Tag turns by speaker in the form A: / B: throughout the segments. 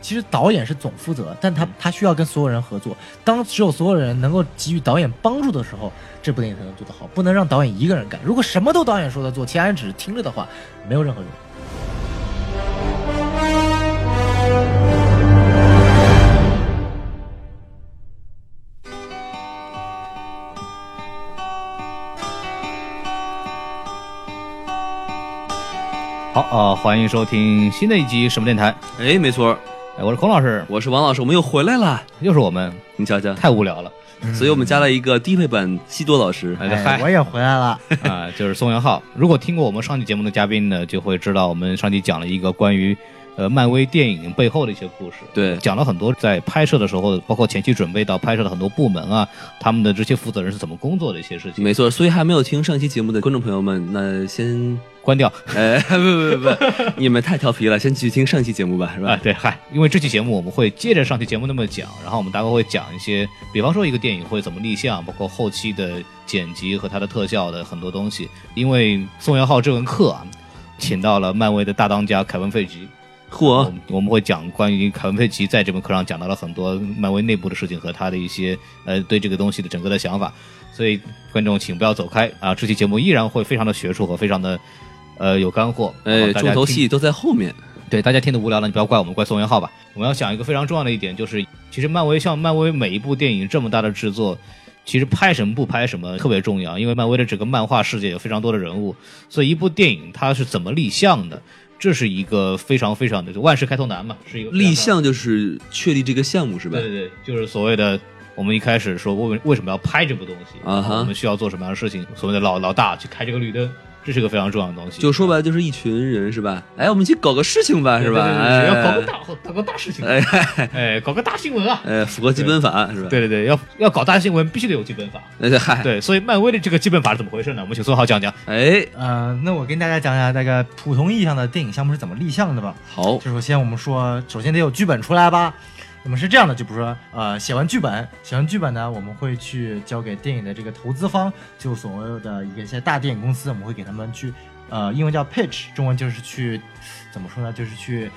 A: 其实导演是总负责，但他他需要跟所有人合作。当只有所有人能够给予导演帮助的时候，这部电影才能做得好。不能让导演一个人干。如果什么都导演说的做，其他人只是听着的话，没有任何用。
B: 好啊、呃欢迎收听新的一集什么电台？
C: 哎，没错，
B: 哎，我是孔老师，
C: 我是王老师，我们又回来了。
B: 又是我们，
C: 你瞧瞧，
B: 太无聊 了。
C: 所以我们加了一个低配版西多老师。
B: 哎，嗨
A: 我也回来了。
B: 啊、就是宋元浩。如果听过我们上期节目的嘉宾呢，就会知道我们上期讲了一个关于呃漫威电影背后的一些故事，
C: 对
B: 讲了很多在拍摄的时候，包括前期准备到拍摄的很多部门啊，他们的这些负责人是怎么工作的一些事情。
C: 没错，所以还没有听上期节目的观众朋友们，那先，
B: 关掉
C: 哎， 不不不不，你们太调皮了，先去听上期节目吧，是吧？
B: 啊，对，嗨，因为这期节目我们会接着上期节目那么讲，然后我们大概会讲一些，比方说一个电影会怎么立项，包括后期的剪辑和它的特效的很多东西。因为宋元浩这门课啊，请到了漫威的大当家凯文·费吉，我
C: 嚯，
B: 们我们会讲关于凯文·费奇在这门课上讲到了很多漫威内部的事情和他的一些呃对这个东西的整个的想法，所以观众请不要走开啊！这期节目依然会非常的学术和非常的呃有干货，
C: 哎，重头
B: 头戏。
C: 戏都在后面。
B: 对，大家听得无聊了，你不要怪我们，怪宋元浩吧。我们要想一个非常重要的一点，就是其实漫威像漫威每一部电影这么大的制作，其实拍什么不拍什么特别重要，因为漫威的整个漫画世界有非常多的人物，所以一部电影它是怎么立项的，这是一个非常非常的万事开头难嘛，是一个非常
C: 立。项就是确立这个项目是吧
B: 啊对？对对，就是所谓的。我们一开始说为为什么要拍这部东西
C: 啊哈
B: 我们需要做什么样的事情？所谓的老老大去开这个绿灯，这是个非常重要的东西。
C: 就说白了就是一群人是吧？哎，我们去搞个事情吧，
B: 对
C: 是
B: 对
C: 吧？
B: 对对
C: 哎，
B: 对要搞个大搞个大事情，
C: 哎哎
B: 哎，搞个大新闻啊！
C: 哎，符合基本法是吧？，
B: 对对对，要要搞大新闻，必须得有基本法。
C: 那就嗨，
B: 对，所以漫威的这个基本法是怎么回事呢？我们请孙浩讲讲。
C: 哎，
A: 呃，那我跟大家讲讲大概普通意义上的电影项目是怎么立项的吧。
C: 好，
A: 就首先我们说，首先得有剧本出来吧。那么是这样的，就比如说，呃，写完剧本，写完剧本呢，我们会去交给电影的这个投资方，就所谓的一个一些大电影公司，我们会给他们去，呃，英文叫 pitch，中文就是去，怎么说呢，就是去，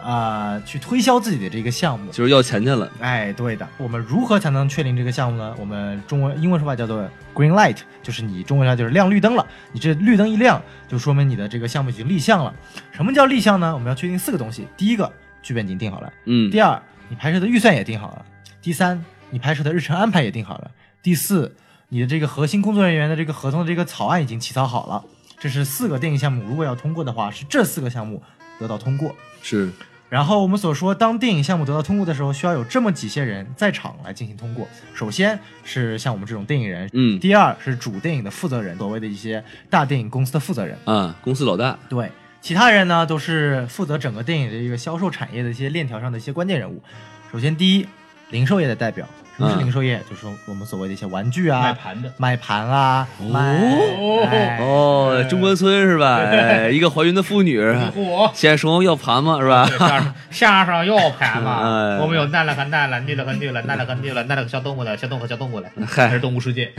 A: 啊、去推销自己的这个项目。
C: 就是要钱去了。
A: 哎，对的，我们如何才能确定这个项目呢？我们中文英文说法叫做 green light，就是你中文上就是亮绿灯了。你这绿灯一亮，就说明你的这个项目已经立项了。什么叫立项呢？我们要确定四个东西：第一个，剧本已经定好了；
C: 嗯，
A: 第二，你拍摄的预算也定好了；第三，你拍摄的日程安排也定好了；第四，你的这个核心工作人员的这个合同的这个草案已经起草好了。这是四个电影项目，如果要通过的话，是这四个项目得到通过。
C: 是
A: 然后我们所说，当电影项目得到通过的时候，需要有这么几些人在场来进行通过。首先是像我们这种电影人，
C: 嗯
A: 第二是主电影的负责人，所谓的一些大电影公司的负责人，
C: 啊，公司老大，
A: 对。其他人呢，都是负责整个电影的一个销售产业的一些链条上的一些关键人物。首先，第一，零售业的代表，什么是
C: 嗯
A: 零售业？就是说我们所谓的一些玩具啊、
B: 卖盘的
A: 卖盘啊、卖
C: 哦
A: 哎
C: 哦，中关村是吧？哎，一个怀孕的妇女，
B: 嚯，
C: 现在说要盘嘛是吧？
B: 相相声又拍
C: 哎
B: 了，我们有那了和那了，那了和那了，那了和那了，那了个小动物的，小动物和小动物的，
C: 嗨
B: 还是动物世界。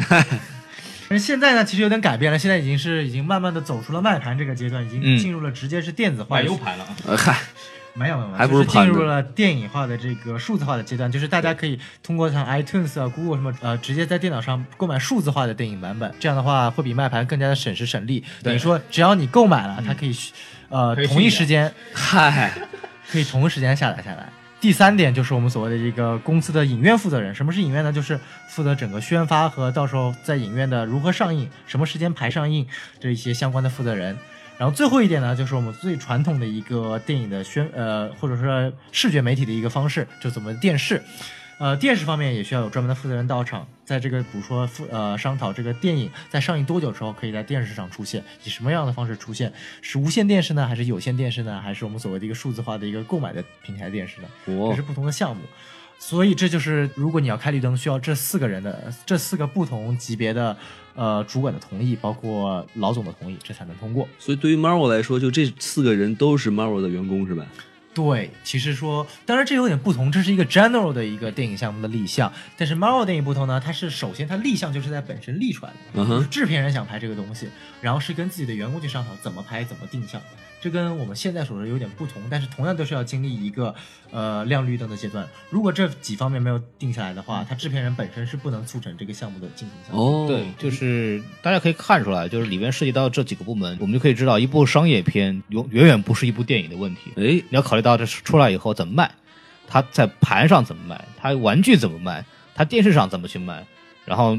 A: 但是现在呢，其实有点改变了，现在已经是已经慢慢的走出了卖盘这个阶段，已经
B: 嗯
A: 进入了直接是电子化
B: 买
A: 的、
B: U 盘了啊！
C: 呃嗨，
A: 没有没有没有，
C: 还不
A: 就
C: 如
A: 是进
C: 盘
A: 入
C: 子
A: 了电影化的这个数字化的阶段，就是大家可以通过像 iTunes 啊、Google 什么呃，直接在电脑上购买数字化的电影版本，这样的话会比卖盘更加的省时省力。等于说，只要你购买了，它可以去呃
B: 可以
A: 同
B: 续一
A: 一
B: 下
A: 时间
C: 嗨，
A: 可以同时间下载下来。第三点就是我们所谓的这个公司的影院负责人，什么是影院呢？就是负责整个宣发和到时候在影院的如何上映、什么时间排上映这一些相关的负责人。然后最后一点呢，就是我们最传统的一个电影的宣呃或者说视觉媒体的一个方式，就是我们的电视。呃，电视方面也需要有专门的负责人到场，在这个比如说负呃商讨这个电影在上映多久之后可以在电视上出现，以什么样的方式出现，是无线电视呢，还是有线电视呢，还是我们所谓的一个数字化的一个购买的平台电视呢？
C: 哦
A: 这是不同的项目。所以这就是，如果你要开绿灯，需要这四个人的这四个不同级别的呃主管的同意，包括老总的同意，这才能通过。
C: 所以对于 Marvel 来说，就这四个人都是 Marvel 的员工是吧？
A: 对，其实说，当然这有点不同，这是一个 general 的一个电影项目的立项，但是 Marvel 电影不同呢，它是首先它立项就是在本身立出来的，
C: 嗯哼
A: 就是制片人想拍这个东西，然后是跟自己的员工去商讨怎么拍、怎么定向，这跟我们现在所说有点不同，但是同样都是要经历一个呃亮绿灯的阶段。如果这几方面没有定下来的话，它制片人本身是不能促成这个项目的进行下去。
C: 哦，
B: 对，就是大家可以看出来，就是里面涉及到这几个部门，我们就可以知道，一部商业片永远远不是一部电影的问题。
C: 哎，
B: 你要考虑到这出来以后怎么卖，它在盘上怎么卖，它玩具怎么卖，它电视上怎么去卖，然后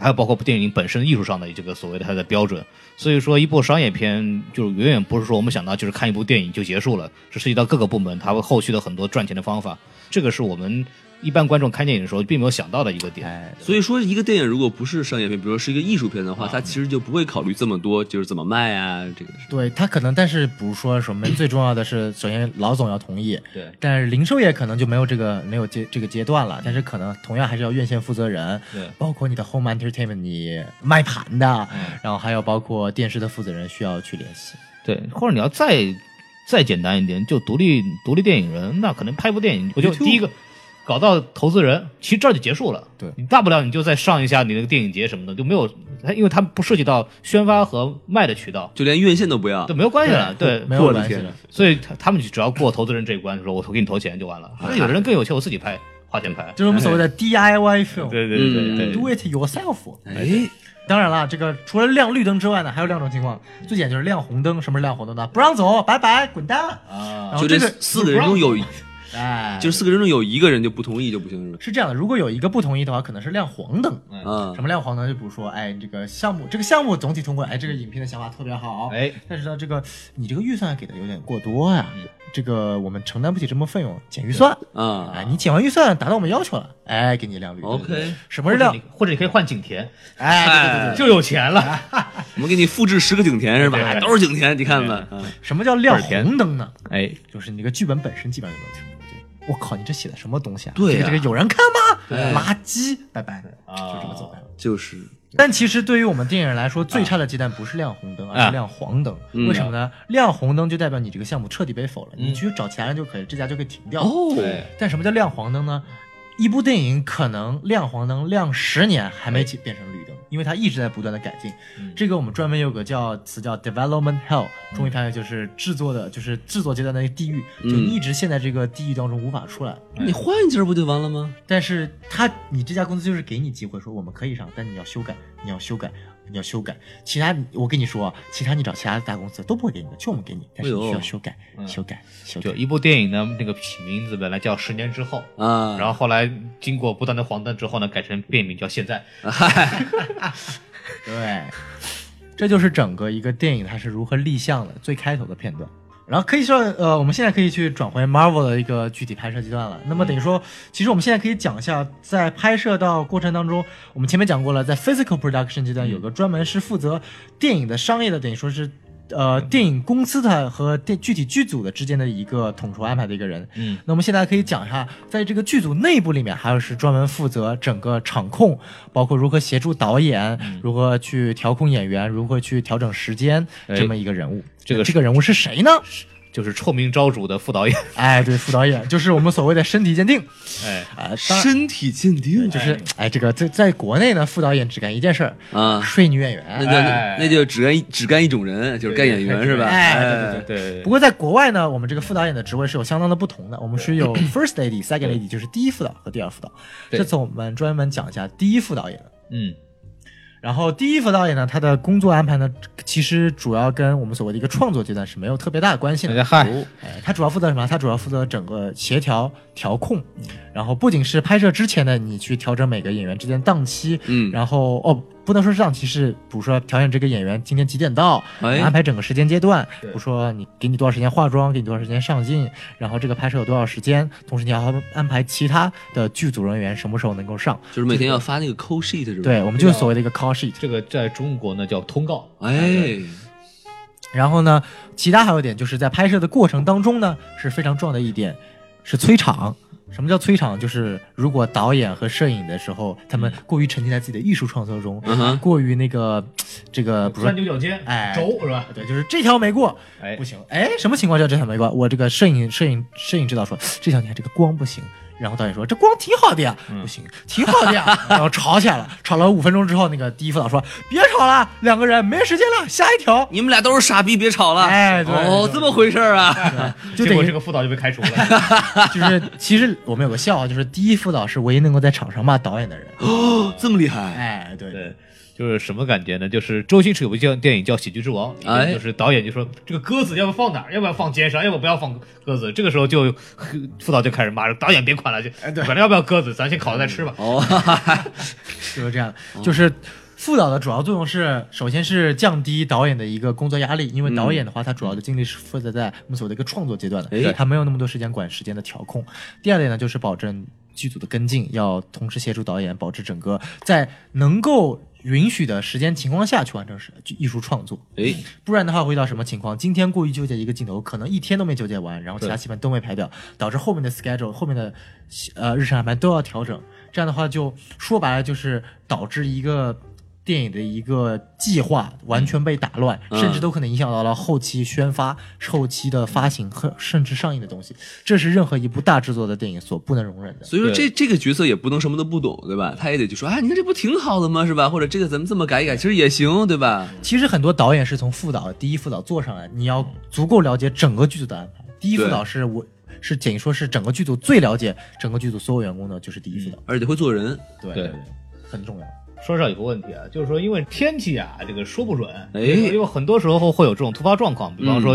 B: 还有包括电影本身艺术上的这个所谓的它的标准。所以说，一部商业片就是远远不是说我们想到就是看一部电影就结束了，是涉及到各个部门它会后续的很多赚钱的方法。这个是我们一般观众看电影的时候并没有想到的一个点。
A: 哎，
C: 所以说一个电影如果不是商业片，比如说是一个艺术片的
A: 啊
C: 话，它其实就不会考虑这么多，就是怎么卖啊，这个是。
A: 对他可能，但是比如说什么，最重要的是，首先老总要同意，
B: 对，
A: 但是零售业可能就没有这个没有阶这个阶段了，但是可能同样还是要院线负责人，
B: 对
A: 包括你的 home entertainment 你卖盘的，
B: 嗯
A: 然后还有包括电视的负责人需要去联系。
B: 对，或者你要再再简单一点，就独立独立电影人，那可能拍部电影，我就
A: YouTube
B: 第一个搞到投资人，其实这儿就结束了。
A: 对
B: 你大不了你就再上一下你那个电影节什么的，就没有，它因为它不涉及到宣发和卖的渠道，
C: 就连院线都不要
B: 就，没有关系了。对，
A: 没有
C: 我的
A: 关系
C: 天
A: 了。
B: 所以他他们只要过投资人这一关，说我给你投钱就完了。那有的人更有钱，我自己拍，花钱拍。
A: 就是我们所谓的 DIY film，
B: 对对对
C: 嗯
B: 对对
A: Do it yourself。
C: 哎，
A: 当然了，这个除了亮绿灯之外呢，还有两种情况，最简就是亮红灯。什么是亮红灯呢？不让走，拜拜，滚蛋。
B: 啊，
A: 然后
C: 就
A: 哦这
C: 这
A: 个，
C: 四个人中有，
A: 哎，
C: 就是四个人中有一个人就不同意就不行是吧？
A: 是这样的，如果有一个不同意的话，可能是亮黄灯。
C: 啊
A: 什，么亮黄灯？就比如说，哎，这个项目，这个项目总体通过，哎，这个影片的想法特别好，
B: 哎，
A: 但是呢，这个你这个预算给的有点过多呀、
B: 嗯
A: 这个我们承担不起这么费用，减预算。
C: 啊
A: 哎，你减完预算达到我们要求了，哎，给你亮绿灯。
C: ，OK，
A: 什么
B: 或
A: 是
B: 者
A: 亮
B: 你？或者你可以换景甜，
A: 哎，对对对对，
B: 就有钱了。
C: 我们给你复制十个景甜是吧？
B: 对
C: 都是景甜，你看吧。啊
A: 什么叫亮红灯呢？
B: 哎，
A: 就是你这个剧本本身基本上就没有听过。对我靠，你这写的什么东西啊？
C: 对呀
A: 这个这个有人看吗？
C: 对呀
A: 垃圾，拜拜，
B: 啊
A: 就这么走开了。
C: 就是
A: 但其实对于我们电影人来说，最差的阶段不是亮红灯，而
B: 啊
A: 是亮黄灯。
C: 嗯
A: 为什么呢？亮红灯就代表你这个项目彻底被否了，
B: 嗯
A: 你去找其他人就可以，这家就可以停掉。
C: 哦，
B: 对
A: 但什么叫亮黄灯呢？一部电影可能亮黄灯亮十年还没起变成绿灯，因为它一直在不断的改进。
B: 嗯
A: 这个我们专门有个叫词叫 development hell，中译翻译就是制作的，就是制作阶段的一个地狱，
B: 嗯
A: 就你一直陷在这个地狱当中无法出来。
C: 你换一家不就完了吗？
A: 但是他，你这家公司就是给你机会，说我们可以上，但你要修改，你要修改，你要修改。其他，我跟你说啊，其他你找其他大公司都不会给你的，就我们给你，但是你需要修改，
B: 嗯
A: 修改，修改
B: 就。一部电影呢，那个起名字本来叫《十年之后》，
A: 嗯
C: 啊，
B: 然后后来经过不断的黄灯之后呢，改成变名叫现在。
A: 嗯对，这就是整个一个电影它是如何立项的最开头的片段。然后可以说，呃，我们现在可以去转回 Marvel 的一个具体拍摄阶段了。那么等于说，其实我们现在可以讲一下，在拍摄到过程当中，我们前面讲过了，在 physical production 阶段有个专门是负责电影的商业的，等于说是。呃，电影公司的和电具体剧组的之间的一个统筹安排的一个人，
B: 嗯，
A: 那我们现在可以讲一下，在这个剧组内部里面，还有是专门负责整个场控，包括如何协助导演，
B: 嗯
A: 如何去调控演员，如何去调整时间
B: 哎
A: 这么一个人物。
B: 这个
A: 这个人物是谁呢？
B: 就是臭名昭著的副导 演。
A: 哎，对，副导演就是我们所谓的身体鉴定。
B: 哎，
A: 啊、当然
C: 身体鉴定
A: 就是哎，这个在在国内呢，副导演只干一件事儿，
C: 啊，
A: 睡女演
C: 那
A: 员。
C: 就
B: 哎
C: 那就只干一只干一种人，就是干演员是吧？
A: 哎对对
B: 对对
A: 不过在国外呢，我们这个副导演的职位是有相当的不同的。我们是有 first lady、second lady，就是第一副导和第二副导。
B: 对
A: 这次我们专门讲一下第一副导演。
B: 嗯，
A: 然后第一副导演呢，他的工作安排呢，其实主要跟我们所谓的一个创作阶段是没有特别大的关系
B: 大
A: 的
B: 家。嗨，
C: 哦
A: 哎，他主要负责什么？他主要负责整个协调调控，然后不仅是拍摄之前呢，你去调整每个演员之间档期，
C: 嗯，
A: 然后哦，不能说是档期，是比如说调整这个演员今天几点到，
C: 哎
A: 安排整个时间阶段，比
B: 对
A: 如说你给你多少时间化妆，给你多少时间上镜，然后这个拍摄有多少时间，同时你要安排其他的剧组人员什么时候能够上，
C: 就是每天要发那个 call sheet 是吧？
A: 对，，我们就是所谓的一个 call sheet。
B: 这个在中国呢叫通告，
C: 哎，
A: 然后呢，其他还有一点就是在拍摄的过程当中呢，是非常重要的一点，是催场。什么叫催场？就是如果导演和摄影的时候，他们过于沉浸在自己的艺术创作中，
C: 嗯哼
A: 过于那个这个，比如
B: 钻
A: 说
B: 牛角尖，
A: 啊哎
B: 轴是吧？
A: 对，就是这条没过，
B: 哎
A: 不，行，哎，什么情况叫这条没过？我这个摄影摄影摄影指导说这条你看这个光不行，然后导演说这光挺好的呀，
B: 嗯
A: 不行，挺好的呀， 然后吵起来了，吵了五分钟之后，那个第一副导说别吵了，两个人没时间了，下一条，
C: 你们俩都是傻逼，别吵了。
A: 哎对
C: 哦，
A: 对
C: 这么回事儿啊？
A: 就
B: 结
A: 等
B: 果
A: 于
B: 这个副导就被开除了。
A: 就是其实我们有个笑话，就是第一副导是唯一能够在场上骂导演的人。
C: 哦，这么厉害？
A: 哎，对
B: 对，就是什么感觉呢？就是周星驰有部叫电影叫《喜剧之王》，里面
C: 哎
B: 就是导演就说这个鸽子要不要放哪儿，要不要放肩上，要不不要放鸽子。这个时候就 副导就开始骂导演别管了，就
C: 哎
B: 管他要不要鸽子，咱先烤了再吃吧。
C: 哦， 哈哈哈
A: 就是这样，就是副导的主要作用是，首先是降低导演的一个工作压力，因为导演的话，他主要的精力是负责在我们所谓的一个创作阶段
C: 哎
A: 的，他没有那么多时间管时间的调控。第二点呢，就是保证剧组的跟进，要同时协助导演保持整个在能够允许的时间情况下去完成是艺术创作。
C: 哎，
A: 不然的话会遇到什么情况？今天过于纠结一个镜头，可能一天都没纠结完，然后其他戏份都没排掉，导致后面的 schedule 后面的呃日程安排都要调整。这样的话就说白了就是导致一个电影的一个计划完全被打乱，
C: 嗯
A: 甚至都可能影响到了后期宣发、后期的发行和甚至上映的东西。这是任何一部大制作的电影所不能容忍的。
C: 所以说这这个角色也不能什么都不懂，对吧？他也得就说，哎，你看这不挺好的吗？是吧？或者这个咱们这么改一改，其实也行，对吧？
A: 其实很多导演是从副导、第一副导做上来，你要足够了解整个剧组的安排。第一副导是我是等于说是整个剧组最了解整个剧组所有员工的，就是第一副导，
C: 而且会做人，
A: 对
B: 对
A: 很重要。
B: 说实话有个问题啊，就是说因为天气啊，这个说不准，
C: 哎嗯
B: 因为很多时候会有这种突发状况，比方说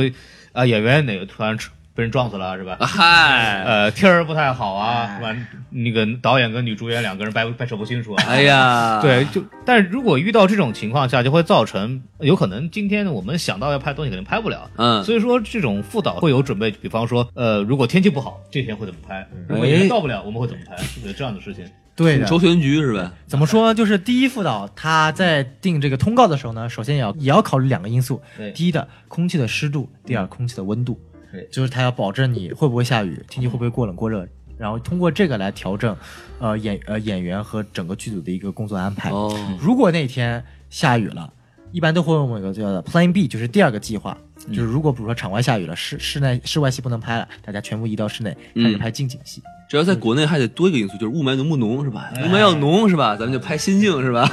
B: 啊、演员哪个突然被人撞死了是
C: 啊
B: 吧？
C: 嗨，
B: 呃，天儿不太好啊，完、那个导演跟女主演两个人掰掰扯不清楚啊。
C: 哎呀，
B: 对，就但如果遇到这种情况下，就会造成有可能今天我们想到要拍东西，可能拍不了。
C: 嗯
B: 所以说这种副导会有准备，比方说，呃，如果天气不好，这天会怎么拍？如果演员到不了，我们会怎么拍？有这样的事情。
A: 对的，
C: 筹全局是吧？
A: 怎么说呢？就是第一副导他在定这个通告的时候呢，首先也要也要考虑两个因素
B: 对：
A: 第一的空气的湿度，第二空气的温度
B: 对。
A: 就是他要保证你会不会下雨，天气会不会过冷过热，然后通过这个来调整，呃演呃演员和整个剧组的一个工作安排。
C: 哦，
A: 如果那天下雨了，一般都会用一个叫做 Plan B，就是第二个计划。就是如果比如说场外下雨了，室室内室外戏不能拍了，大家全部移到室内开始拍近景戏。
C: 只要在国内还得多一个因素，就是雾霾浓不浓是吧？雾霾要浓是吧？咱们就拍心境是吧？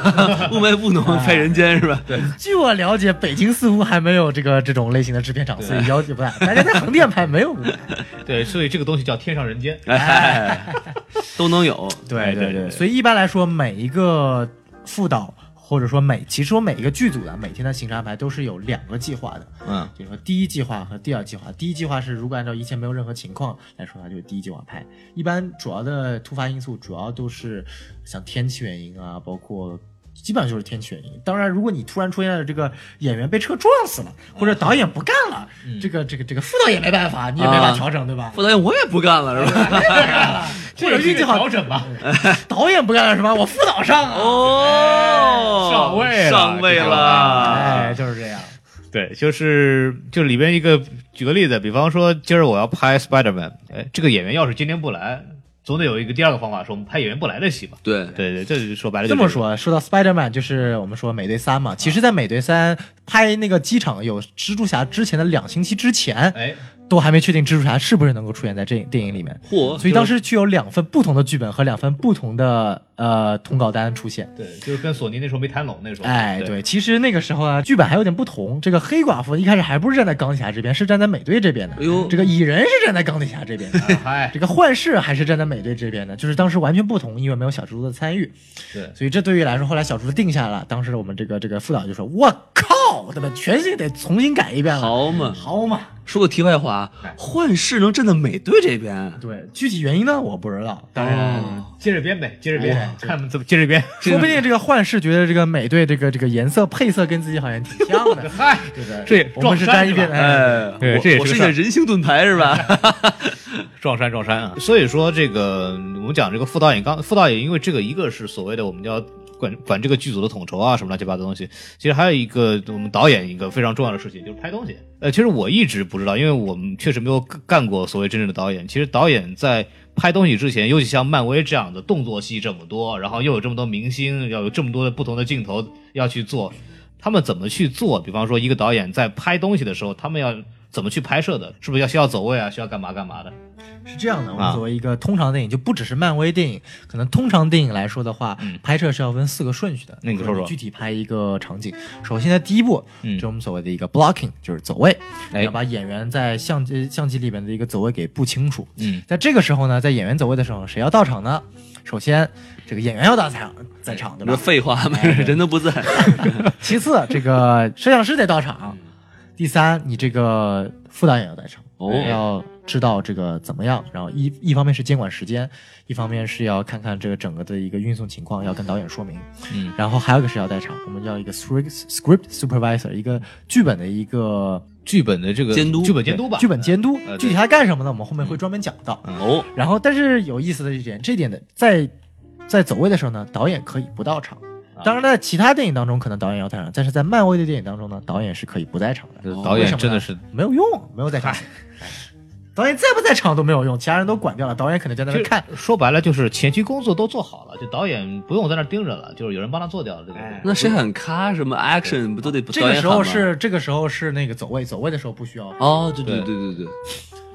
C: 雾霾不浓拍人间是吧？对，
A: 据我了解，北京似乎还没有这个这种类型的制片厂，所以要求不大。大家在横店拍没有雾霾。
B: 对，所以这个东西叫天上人间。
C: 哎，都能有，
B: 哎
A: 对
B: 对对
A: 对，
B: 对
A: 所以一般来说，每一个副导或者说每其实我每一个剧组的每天的行程安排都是有两个计划的，
B: 嗯，
A: 就是说第一计划和第二计划。第一计划是如果按照一切没有任何情况来说，它就是第一计划拍。一般主要的突发因素主要都是像天气原因啊，包括。基本上就是天气原因。当然，如果你突然出现了这个演员被车撞死了，
B: 啊
A: 或者导演不干了，这个这个这个副导也没办法，你也没
C: 啊
A: 法调整，对吧？
C: 副导演我也不干了是吧？
B: 这个
A: 运气好
B: 调整吧，
A: 导演不干了是吧？我副导上啊。
C: 哦，
B: 上位了
C: 上位
A: 哎，
C: 了，
A: 就是这样。
B: 哎对，就是就里边一个举个例子，比方说今儿我要拍 Spider Man，哎，这个演员要是今天不来，总得有一个第二个方法，说我们拍演员不来的戏吧。
C: 对，
B: 对对，这就说白了就
A: 这
B: 是
A: 么，说，说到 Spider Man，就是我们说美队三嘛。其实，在美队三拍那个机场有蜘蛛侠之前的两星期之前，
B: 哎，
A: 都还没确定蜘蛛侠是不是能够出现在这电影里面，
C: 嚯！
A: 所以当
C: 时
A: 时就有两份不同的剧本和两份不同的呃通告单出现。
B: 对，就是跟索尼那时候没谈拢那时候。
A: 哎，
B: 对，
A: 对，其实那个时候啊，剧本还有点不同。这个黑寡妇一开始还不是站在钢铁侠这边，是站在美队这边的。
C: 哎呦
A: 这个蚁人是站在钢铁侠 这边的，
B: 啊嗨，
A: 这个幻视还是站在美队这边的，就是当时完全不同，因为没有小蜘蛛的参与。
B: 对，
A: 所以这对于来说，后来小猪定下了，当时我们这个这个副导就说：“我靠，他妈全新得重新改一遍了。”
C: 好嘛，
A: 好嘛，
C: 说个题外话啊
B: 哎，
C: 幻视能站在美队这边，
A: 对，具体原因呢，我不知道。当然，
C: 哦
B: 接着编呗，接着
A: 哎
B: 编，看怎么接着 编。，
A: 说不定这个幻视觉得这个美队这个这个颜色配色跟自己好像挺像的
B: 嗨，
A: 对不对？
B: 这也
A: 我们是
B: 撞衫
A: 单一遍，
B: 是吧
A: 哎，
B: 对
C: 我
B: 这也是
C: 我
B: 个
C: 是你
B: 事儿
C: 的人形盾牌是吧？
B: 撞衫撞衫啊！所以说这个我们讲这个副导演刚副导演，因为这个一个是所谓的我们叫管管这个剧组的统筹啊什么乱七八糟的东西，其实还有一个我们导演一个非常重要的事情就是拍东西。呃，其实我一直不知道，因为我们确实没有干干过所谓真正的导演。其实导演在拍东西之前，尤其像漫威这样的动作戏这么多，然后又有这么多明星，要有这么多的不同的镜头要去做，他们怎么去做？比方说，一个导演在拍东西的时候，他们要怎么去拍摄的？是不是要需要走位啊？需要干嘛干嘛的？
A: 是这样的，我们
B: 啊
A: 作为一个通常电影，就不只是漫威电影，可能通常电影来说的话，拍摄是要分四个顺序的。
B: 那你
A: 就是
B: 说说
A: 具体拍一个场景。首先呢，第一步，
B: 嗯
A: 就是我们所谓的一个 blocking，就是走位，
B: 哎
A: 要把演员在相机相机里面的一个走位给布清楚。
B: 嗯，
A: 在这个时候呢，在演员走位的时候，谁要到场呢？首先，这个演员要到场，在场对
C: 这
A: 吧？
C: 废话，没人都不在，
A: 其次，这个摄像师得到场。第三，你这个副导演要在场。
C: 哦
A: 要知道这个怎么样，然后一一方面是监管时间，一方面是要看看这个整个的一个运送情况，要跟导演说明。
B: 嗯，
A: 然后还有一个是要在场，我们叫一个 script script supervisor，一个剧本的一个
B: 剧本的这个
C: 监督
B: 剧本监督吧，
A: 剧本监督。
B: 呃对嗯
A: 具体他干什么呢？我们后面会专门讲到。
C: 哦，
A: 然后，但是有意思的一点，这一点的在在走位的时候呢，导演可以不到场。当然，在其他电影当中，可能导演要在场，但是在漫威的电影当中呢，导演是可以不在场的。
B: 这
C: 哦
B: 导
A: 为什
B: 演
A: 么
B: 真的
A: 呢
B: 是
A: 没有用，没有在场。导演在不在场都没有用，其他人都管掉了，导演可能就在那
B: 就
A: 看。
B: 说白了就是前期工作都做好了，就导演不用在那儿盯着了，就是有人帮他做掉了这个
D: 哎
B: 工作。
C: 那谁喊咔什么 action 不都得
A: 这
C: 导
A: 个
C: 演
A: 时
C: 喊
A: 候
C: 吗？
A: 是这个时候是那个走位，走位的时候不需要。
C: 哦，对对对对对对，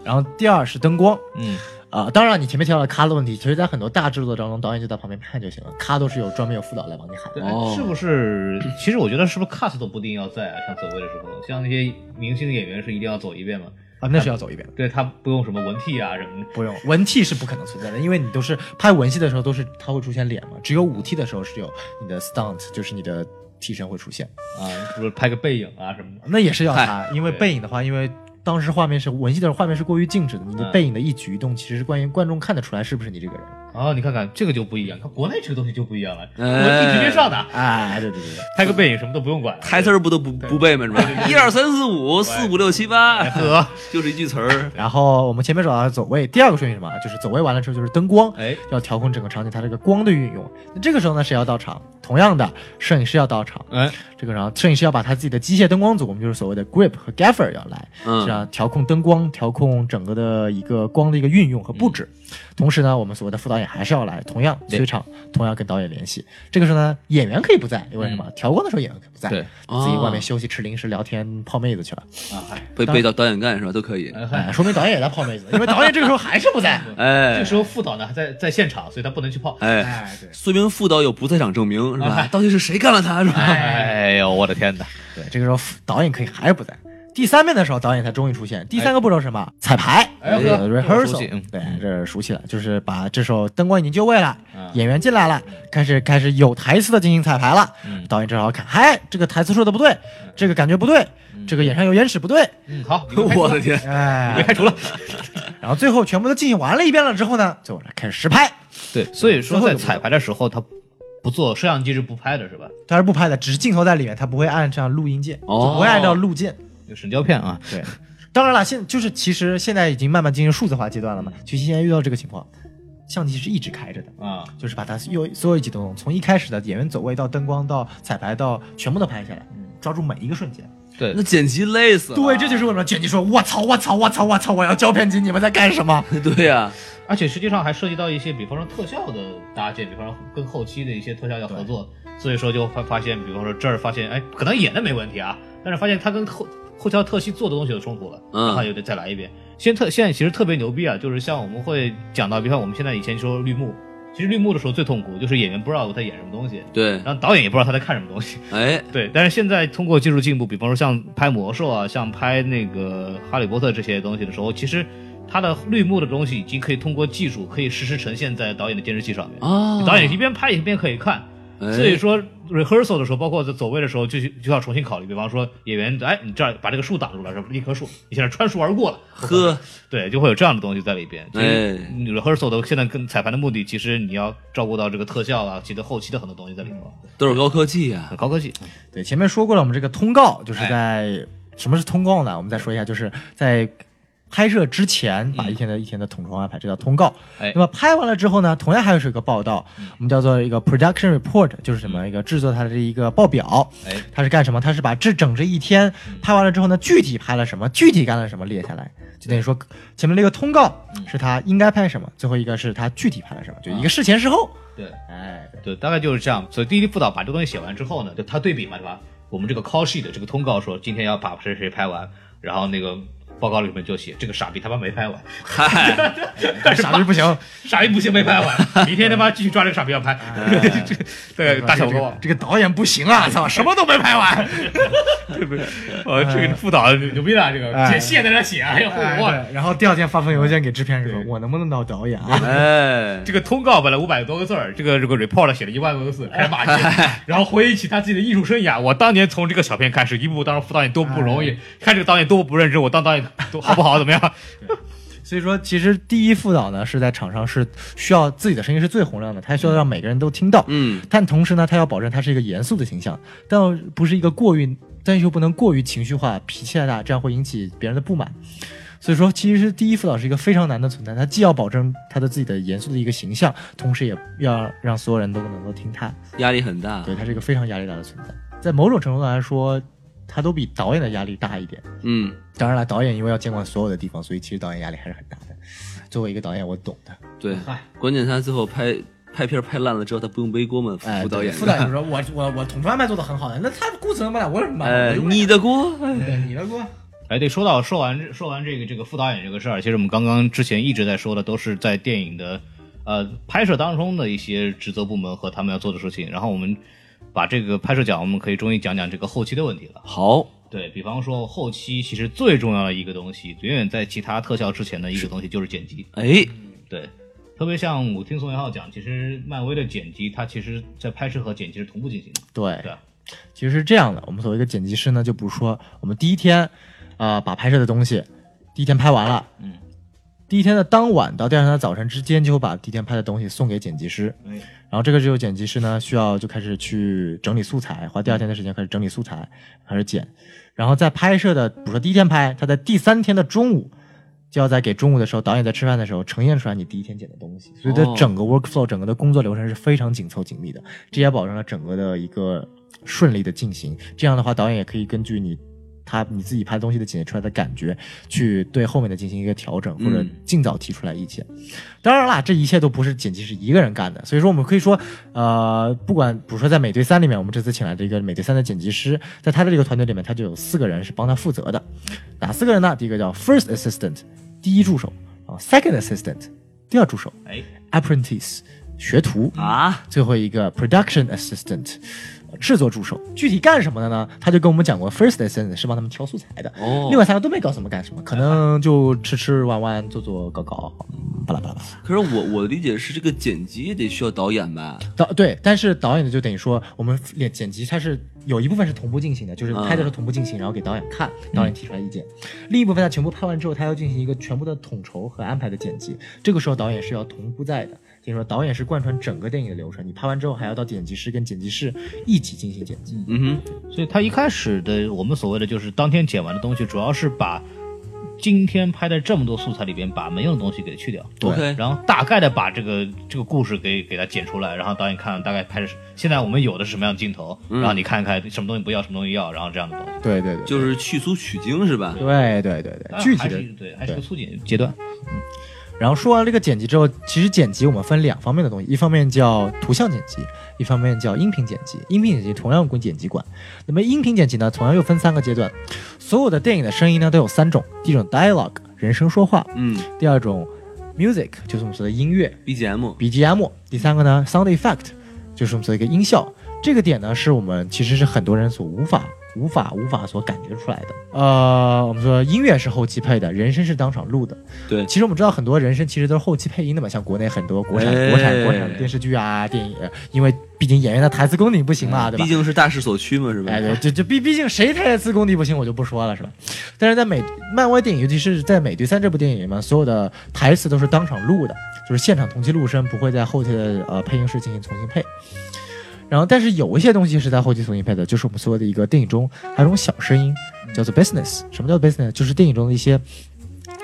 A: 然后第二是灯光
B: 嗯，
A: 啊、当然你前面提到了咔的问题，其实在很多大制作当中，导演就在旁边看就行了，咔都是有专门有副导来帮你喊。
B: 对，
A: 的。
C: 哦
B: 哎是不是？其实我觉得是不是 cast 都不一定要在啊？像走位的时候，像那些明星演员是一定要走一遍嘛？
A: 啊，那是要走一遍。
B: 对他不用什么文替啊什么的。
A: 不用文替是不可能存在的，因为你都是拍文戏的时候都是它会出现脸嘛，只有武替的时候是有你的 stunt，就是你的替身会出现，
B: 啊，是不是拍个背影啊什么的？
A: 那也是要它，因为
B: 对
A: 背影的话，因为当时画面是文戏的时候画面是过于静止的，你的
B: 嗯
A: 背影的一举一动其实是关于观众看得出来是不是你这个人。
B: 哦，你看看这个就不一样，看国内这个东西就不一样了，
C: 哎
B: 文替直接上的，
A: 哎，对对对对，
B: 拍个背影什么都不用管。
C: 台词儿不都不不背吗？是吧？一二三四五四五六七八，
B: 呵，
C: 就是一句词儿。
A: 然后我们前面说到走位，第二个顺序是什么？就是走位完了之后就是灯光，
B: 哎，
A: 要调控整个场景它这个光的运用。那这个时候呢，谁要到场？同样的，摄影师要到场。
B: 哎，
A: 这个然后摄影师要把他自己的机械灯光组，我们就是所谓的 grip 和 gaffer 要来，
C: 嗯
A: 这样啊调控灯光，调控整个的一个光的一个运用和布置。同时呢，我们所谓的副导演还是要来，同样
B: 对
A: 催场，同样跟导演联系。这个时候呢，演员可以不在，因为什么？调光的时候演员可以不在，
B: 对
A: 自己外面休息、吃零食、聊天、泡妹子去了。
B: 啊嗨，
C: 被被导导演干是吧？都可以。
A: 哎，说明导演也在泡妹子，因为导演这个时候还是不在。
B: 这
C: 哎
B: 时候副导呢还在在现场，所以他不能去泡。
C: 哎，
A: 哎，对
C: 虽明副导有不在场证明是
A: 哎
C: 吧？到底是谁干了他是吧？
B: 哎呦，我的天哪！
A: 对，这个时候副导演可以还是不在。第三遍的时候，导演才终于出现。第三个步骤是什么？彩排、
B: 哎
A: 这个
B: 呵熟悉
A: rehearsal
B: 嗯。
A: 对，这是熟悉了，就是把这时候灯光已经就位了，
B: 嗯
A: 演员进来了，开始开始有台词的进行彩排了。
B: 嗯
A: 导演正好看，嗨，这个台词说的不对，这个感觉不对，这个演上有眼屎不对，
B: 嗯，好，你们开始
C: 我的天！
A: 哎，
B: 开除了。嗯
A: 然后最后全部都进行完了一遍了之后呢，最后开始实拍，
B: 对，所以说
A: 最后
B: 在
A: 一个步骤
B: 彩排的时候，他不做摄像机是不拍的，是吧？
A: 它是不拍的，只是镜头在里面，它不会按上录音键，
C: 哦
A: 就不会按照录键。
B: 有神胶片啊，
A: 对，当然了，现就是其实现在已经慢慢进行数字化阶段了嘛。其实现在遇到这个情况，相机是一直开着的，
B: 啊，
A: 就是把它有所有一举动，从一开始的演员走位到灯光到彩排到全部都拍下来，嗯抓住每一个瞬间。
B: 对
C: 那，剪辑累死了。
A: 对，这就是为什么卷辑说：“我操，我操，我操，我操，我要胶片机，你们在干什么
C: 对呀，
B: 而且实际上还涉及到一些，比方说特效的搭建，比方说跟后期的一些特效要合作，所以说就发发现，比方说这儿发现，哎，可能演的没问题啊，但是发现他跟后后期特效特效做的东西有冲突了，
C: 嗯
B: 然后又得再来一遍，现特现在其实特别牛逼啊，就是像我们会讲到，比方我们现在以前说绿幕，其实绿幕的时候最痛苦，就是演员不知道他演什么东西，
C: 对，
B: 然后导演也不知道他在看什么东西。
C: 哎，
B: 对，但是现在通过技术进步，比方说像拍魔兽啊，像拍那个哈利波特这些东西的时候，其实它的绿幕的东西已经可以通过技术可以实时呈现在导演的监视器上面。
C: 啊，
B: 导演一边拍一边可以看，
C: 哎，
B: 所以说 rehearsal 的时候，包括在走位的时候，就就要重新考虑。比方说演员，哎，你这儿把这个树挡住了，是吧？一棵树，你现在穿树而过了，
C: 呵，
B: 对，就会有这样的东西在里边。其实
C: 哎
B: rehearsal 的现在跟彩排的目的，其实你要照顾到这个特效啊，其实后期的很多东西在里头，
C: 都是高科技呀，
B: 很高科技。
A: 对，前面说过了，我们这个通告就是在什么是通告呢？我们再说一下，就是在拍摄之前把一天的一天的统筹安排，这叫通告。
B: 哎
A: 那么拍完了之后呢，同样还是有一个报道，我们叫做一个 production report，就是什么一个制作它的一个报表。
B: 哎，
A: 它是干什么？它是把这整这一天拍完了之后呢，具体拍了什么，具体干了什么列下来。就等于说，前面那个通告是他应该拍什么，最后一个是他具体拍了什么，就一个事前事后。
B: 对。
A: 啊哎，对
B: 对，大概就是这样。所以第一副导把这个东西写完之后呢，就他对比嘛，对吧？我们这个 call sheet 这个通告说今天要把谁谁拍完，然后那个报告里面就写这个傻逼他妈没拍完，
C: 嗨，
B: 但是
A: 傻逼不行，
B: 傻逼不行没拍完，明天他妈继续抓这个傻逼要拍， 这个对大小
A: 这
B: 报
A: 个。这个导演不行啊，操，什么都没拍完。
B: 对不对？呃，这个副导牛逼了，这个
A: 哎
B: 写谢在那写，哎呦
A: 哎
B: 哇，
A: 对然后第二天发封邮件给制片人说
B: 对：“
A: 我能不能当导演啊
C: 哎，
B: 这个通告本来五百多个字儿，这个这个 report 写了一万多个 字，开始骂街，然后回忆起他自己的艺术生涯。我当年从这个小片开始，一步当副导演多不容易，看这个导演多不认真，我当导演多好不好？怎么样？？”
A: 所以说，其实第一副导呢是在场上是需要自己的声音是最洪亮的，他需要让每个人都听到。
C: 嗯，
A: 但同时呢，他要保证他是一个严肃的形象，但又不是一个过于，但又不能过于情绪化、脾气太大，这样会引起别人的不满。所以说，其实第一副导是一个非常难的存在，他既要保证他的自己的严肃的一个形象，同时也要让所有人都能够听他。
C: 压力很大，
A: 对，他是一个非常压力大的存在，在某种程度上来说，他都比导演的压力大一点。
C: 嗯，
A: 当然了，导演因为要监管所有的地方，所以其实导演压力还是很大的。作为一个导演，我懂的。
C: 对，
A: 哎
C: 关键他最后拍拍片儿拍烂了之后，他不用背锅嘛，
A: 哎，
C: 副导
A: 对
C: 演，
A: 副导演就说：“我我我统筹安排做的很好的，那他顾此能不了，我有什么办法？
C: 哎，
A: 我就
C: 你的锅，哎
A: 对你的锅。
B: 哎，对，说到说完说完这个这个副导演这个事儿，其实我们刚刚之前一直在说的都是在电影的呃拍摄当中的一些职责部门和他们要做的事情。然后我们把这个拍摄奖，我们可以终于讲讲这个后期的问题了。
C: 好，
B: 对比方说后期，其实最重要的一个东西，远远在其他特效之前的一个东西就是剪辑。
C: 哎，
A: 嗯
B: 对，特别像我听宋元浩讲，其实漫威的剪辑，它其实在拍摄和剪辑是同步进行的。
A: 对”
B: 对啊
A: 其实是这样的，我们所谓一个剪辑师呢，就比如说我们第一天，啊，把拍摄的东西，第一天拍完了，
B: 嗯，
A: 第一天的当晚到第二天的早晨之间，就会把第一天拍的东西送给剪辑师。
B: 哎
A: 然后这个时候剪辑师呢，需要就开始去整理素材，花第二天的时间开始整理素材，开始剪。然后在拍摄的，比如说第一天拍，他在第三天的中午，就要在给中午的时候，导演在吃饭的时候呈现出来你第一天剪的东西。所以它
C: 哦
A: 整个 workflow 整个的工作流程是非常紧凑紧密的，这也保证了整个的一个顺利的进行。这样的话，导演也可以根据你。他你自己拍东西的剪辑出来的感觉，去对后面的进行一个调整，或者
C: 嗯
A: 尽早提出来意见。当然啦，这一切都不是剪辑师一个人干的，所以说我们可以说，呃，不管比如说在《美队三》里面，我们这次请来的一个《美队三》的剪辑师，在他的这个团队里面，他就有四个人是帮他负责的，哪四个人呢？第一个叫 First Assistant，第一助手，然后 Second Assistant，第二助手
B: 哎，
A: ，Apprentice，学徒
C: 啊，
A: 最后一个 production assistant，呃制作助手。具体干什么的呢？他就跟我们讲过，first assistant 是帮他们挑素材的。
C: 哦
A: 另外三个都没告诉我们干什么，可能就吃吃玩玩、做做搞搞，嗯巴拉巴拉巴拉。
C: 可是我我理解是这个剪辑也得需要导演吧？
A: 导对，但是导演的就等于说，我们剪剪辑它是有一部分是同步进行的，就是拍的时候同步进行，然后给导演看，导演提出来意见。另一部分他全部拍完之后，他要进行一个全部的统筹和安排的剪辑，这个时候导演是要同步在的。就是说，导演是贯穿整个电影的流程，你拍完之后还要到剪辑师跟剪辑师一起进行剪辑。
C: 嗯哼，
B: 所以它一开始的我们所谓的就是当天剪完的东西，主要是把今天拍的这么多素材里边把没用的东西给去掉。
A: 对
C: OK
B: 然后大概的把这个这个故事给给它剪出来，然后导演看大概拍的是现在我们有的是什么样的镜头，然后你看一看什么东西不要，什么东西要，然后这样的东西。
A: 对对对，
C: 就是去粗取精是吧？
A: 对对对对，具体
B: 还是
A: 的。
B: 对，还是个促进阶段。
A: 然后说完这个剪辑之后，其实剪辑我们分两方面的东西，一方面叫图像剪辑，一方面叫音频剪辑。音频剪辑同样归剪辑管。那么音频剪辑呢，同样又分三个阶段。所有的电影的声音呢都有三种，第一种 dialogue 人声说话，
C: 嗯
A: 第二种 music 就是我们说的音乐，
C: ，BGM，
A: BGM，第三个呢，sound effect，就是我们说的一个音效。这个点呢，是我们其实是很多人所无法、无法、无法所感觉出来的。呃，我们说音乐是后期配的，人声是当场录的。
C: 对
A: 其实我们知道很多人声其实都是后期配音的嘛，像国内很多国产、
C: 哎
A: 国产、国产的电视剧啊、电影，因为毕竟演员的台词功底不行嘛，对吧
C: 毕？竟是大势所趋嘛，是吧？
A: 哎，对，就就毕毕竟谁台词功底不行，我就不说了，是吧？但是在美漫威电影，尤其是在《美队三》这部电影里面，所有的台词都是当场录的，就是现场同期录声，不会在后期的呃配音室进行重新配。然后，但是有一些东西是在后期重新配的，就是我们说的一个电影中还有一种小声音，叫做 business。什么叫 business？就是电影中的一些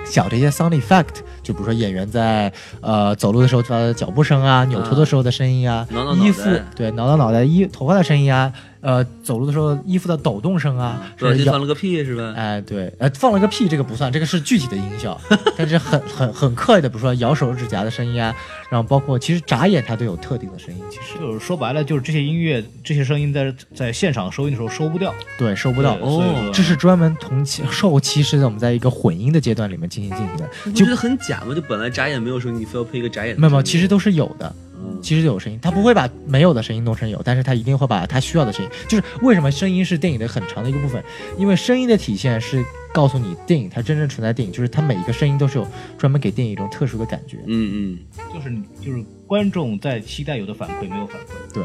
A: 小的一些 sound effect，就比如说演员在呃走路的时候的脚步声啊，扭头的时候的声音啊，
C: 挠挠脑
A: 衣服
C: 袋
A: 对挠挠脑袋衣头发的声音啊，呃走路的时候衣服的抖动声啊，
C: 不小
A: 是
C: 心
A: 咬
C: 放了个屁是吧？
A: 哎，对，呃，放了个屁，这个不算，这个是具体的音 效，但是很很很刻意的，比如说咬手指甲的声音啊，然后包括其实眨眼它都有特定的声音，其实
B: 就是说白了，就是这些音乐、这些声音在在现场收音的时候收不掉，
A: 对收不到。
B: 对所以说
A: 这是专门同期后期是在我们在一个混音的阶段里面进行进行的，
C: 你不
A: 就
C: 觉得很假吗？就本来眨眼没有声音，你非要配一个眨眼的声音，
A: 没有没有，其实都是有的，
C: 嗯
A: 其实有声音，它不会把没有的声音弄成有，但是它一定会把它需要的声音，就是为什么声音是电影的很长的一个部分，因为声音的体现是告诉你电影它真正存在电影，就是它每一个声音都是有专门给电影一种特殊的感觉，
C: 嗯嗯，
B: 就是你就是观众在期待有的反馈没有反馈。
A: 对。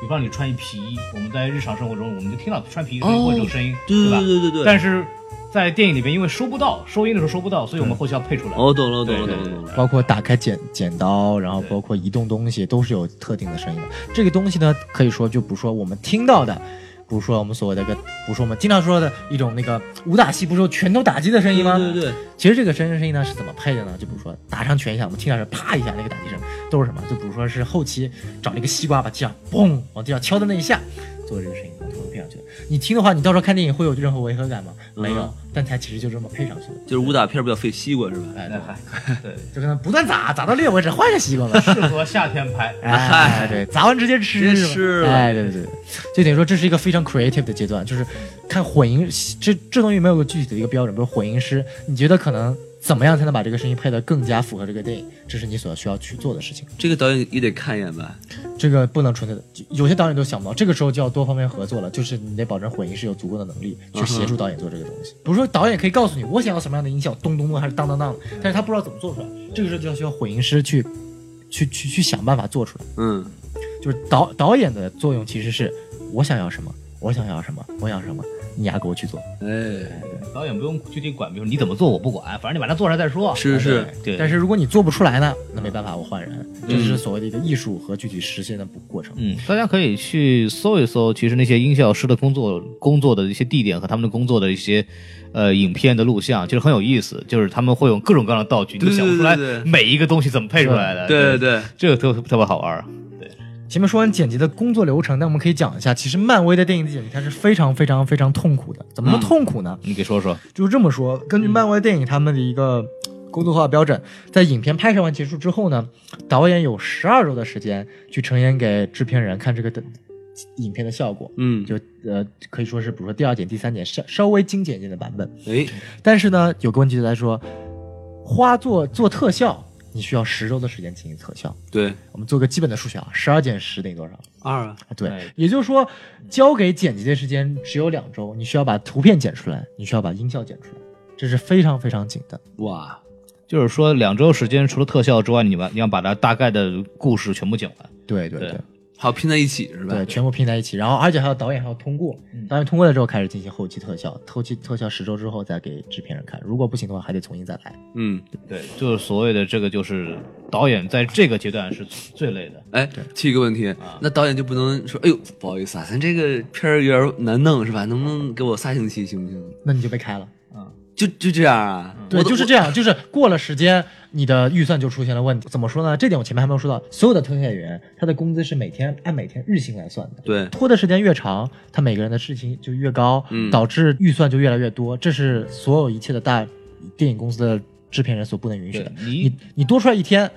B: 比方你穿一皮衣，我们在日常生活中我们就听到穿皮衣的声音
C: 哦
B: 或者这个声音，
C: 对
B: 吧
C: 对？对对对。
B: 但是在电影里边，因为收不到收音的时候收不到，所以我们后期要配出来。
C: 哦，懂了懂
B: 对对
C: 了懂了
B: 对
C: 懂了。
A: 包括打开剪剪刀，然后
B: 对
A: 包括移动东西，都是有特定的声音的。这个东西呢，可以说就不是说我们听到的，不是说我们所谓的一个，不是我们经常说的一种那个武打戏，不是有拳头打击的声音吗？
C: 对对对，
A: 其实这个声音声音呢是怎么配的呢？就比如说打上拳一下，我们听到是啪一下那个打击声，都是什么？就比如说是后期找那个西瓜把地上嘣往地上敲的那一下，做这个声音，然后配上去的。你听的话，你到时候看电影会有任何违和感吗？没有
C: 嗯，
A: 但它其实就这么配上去的。
C: 就是武打片比较费西瓜是吧？
A: 哎，
B: 那
A: 对，
B: 还对，
A: 就跟它不断砸，砸到裂为止，换个西瓜吧。
B: 适合夏天拍。
A: 哎，对， 砸完直接吃，
C: 直接吃了
A: 哎，对对对， 就等于说这是一个非常 creative 的阶段，就是看混音这这东西没有个具体的一个标准，比如混音师，你觉得可能怎么样才能把这个声音配得更加符合这个电影，这是你所需要去做的事情。
C: 这个导演也得看一眼吧？
A: 这个不能纯粹的，就有些导演都想不到，这个时候就要多方面合作了，就是你得保证混音师有足够的能力去协助导演做这个东
C: 嗯
A: 西。不是说导演可以告诉你我想要什么样的音效，咚咚咚还是当当当，但是他不知道怎么做出来，这个时候就要需要混音师去去去去想办法做出来。
C: 嗯，
A: 就是导导演的作用其实是我想要什么，我想要什么，我想要什么，你丫给我去做。
C: 哎，
B: 导演不用具体管，比如你怎么做我不管，反正你把它做出来再说。
C: 是是，
B: 对，
A: 但是如果你做不出来呢，那没办法，我换人。
C: 嗯
A: 这就是所谓的一个艺术和具体实现的过程。
B: 嗯，大家可以去搜一搜，其实那些音效师的工作工作的一些地点和他们的工作的一些呃影片的录像，其实很有意思。就是他们会用各种各样的道具，你
C: 对
B: 都想不出来
C: 对对对
B: 每一个东西怎么配出来的。
C: 哎对对，对，
B: 这个特特别好玩儿。
A: 前面说完剪辑的工作流程，那我们可以讲一下，其实漫威的电影剪辑它是非常非常非常痛苦的。怎
C: 嗯
A: 么说痛苦呢？
B: 你给说说，
A: 就是这么说，根据漫威电影他们的一个工作化标准，在影片拍摄完结束之后呢，导演有十二周的时间去呈现给制片人看这个的影片的效果。
C: 嗯，
A: 就呃可以说是，比如说第二点、第三点稍稍微精简一点的版本。
C: 哎，
A: 但是呢，有个问题就在说，花做做特效，你需要十周的时间进行特效。
C: 对，
A: 我们做个基本的数学啊，十二减十等于多少？
C: 二啊，
A: 啊对
B: 哎，
A: 也就是说，交给剪辑的时间只有两周，你需要把图片剪出来，你需要把音效剪出来，这是非常非常紧的。
C: 哇，
B: 就是说两周时间，除了特效之外，你把你要把它大概的故事全部讲完。
A: 对对
B: 对
A: 对
C: 好拼在一起是吧？
A: 对，嗯全部拼在一起，然后而且还有导演还要通过，导演通过了之后开始进行后期特效，后期特效十周之后再给制片人看，如果不行的话还得重新再来。
C: 嗯，
B: 对，就是所谓的这个，就是导演在这个阶段是最累的。
C: 哎，提一个问题，那导演就不能说，哎呦，不好意思啊，咱这个片儿有点难弄是吧？能不能给我仨星期行不行？
A: 那你就被开了。
C: 就就这样啊？
A: 对，
C: 我都
A: 就是这样，就是过了时间，你的预算就出现了问题。怎么说呢？这点我前面还没有说到，所有的特效演员他的工资是每天按每天日薪来算的。
C: 对
A: 拖的时间越长，他每个人的事情就越高，
C: 嗯
A: 导致预算就越来越多。这是所有一切的大电影公司的制片人所不能允许的。
B: 对你
A: 你你多出来一天，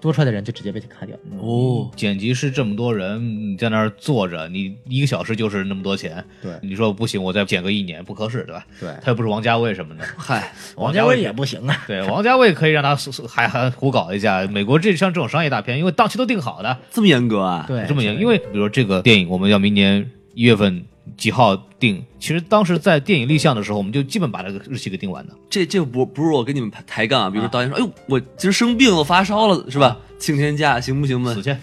A: 多出来的人就直接被卡掉。嗯
C: 哦，
B: 剪辑师这么多人，你在那儿坐着，你一个小时就是那么多钱，
E: 对
B: 你说不行，我再剪个一年不合适，对吧？
E: 对
B: 他又不是王家卫什么的，
C: 嗨，
E: 王家卫也不行 啊，
B: 对，王家卫可以让他还还胡搞一下。美国这像这种商业大片，因为档期都定好的，
C: 这么严格啊？
A: 对，
B: 这么严，因为比如说这个电影，我们要明年一月份几号定，其实当时在电影立项的时候，我们就基本把这个日期给定完的。
C: 这这不不是我跟你们抬抬杠啊，比如说导演说，哎呦，我今儿生病了，发烧了，是吧？请天假行不行嘛
B: 死？去，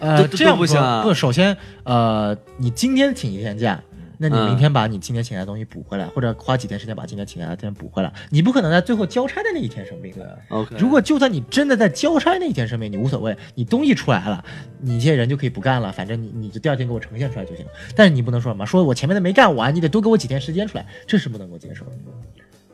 A: 呃，
C: 都
A: 这样
C: 都不行啊
A: 不，首先，呃，你今天请一天假，那你明天把你今天请来的东西补回来，或者花几天时间把今天请来的天补回来，你不可能在最后交差的那一天生病。
C: OK
A: 如果就算你真的在交差那一天生病，你无所谓，你东西出来了，你这些人就可以不干了，反正你你就第二天给我呈现出来就行。但是你不能说什么，说我前面的没干完，你得多给我几天时间出来，这是不能够接受的。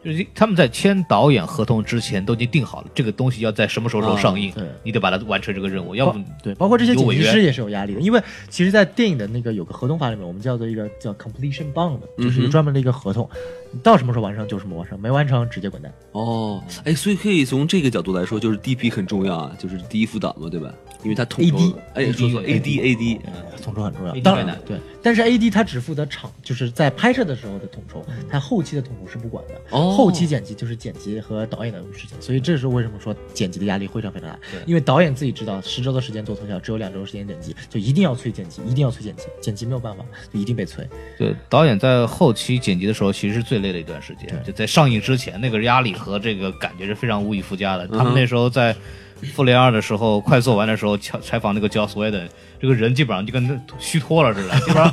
B: 就是他们在签导演合同之前都已经定好了，这个东西要在什么时候时候上映，
A: 啊对
B: 你得把它完成这个任务，要不
A: 包对，包括这些
B: 有
A: 剪
B: 违
A: 辑
B: 约嗯
A: 师也是有压力的，因为其实，在电影的那个有个合同法里面，我们叫做一个叫 completion bond，就是
C: 嗯
A: 一个
C: 哼
A: 专门的一个合同，你到什么时候完成就什么完成，没完成直接滚蛋。
C: 哦，哎，所以可以从这个角度来说，就是 DP 很重要啊，就是第一副导嘛，对吧？因为它统筹
A: AD
C: 了，哎，说错 AD AD，
A: 统筹啊很重要，
B: AD
A: 当
B: 很
A: 然
B: 难
A: 对，但是 AD 他只负责场，就是在拍摄的时候的统筹，他后期的统筹是不管的。
C: 哦
A: 后期剪辑就是剪辑和导演的事情，所以这是为什么说剪辑的压力非常非常大
B: 对，
A: 因为导演自己知道十周的时间做特效，只有两周时间剪辑，就一定要催剪辑，一定要催剪辑，剪辑没有办法，就一定被催。
B: 对，导演在后期剪辑的时候，其实是最累的一段时间，就在上映之前，那个压力和这个感觉是非常无以复加的。他们那时候在《复联二》的时候，快做完的时候，采采访那个 Joss Whedon，这个人基本上就跟那虚脱了似的，基 本上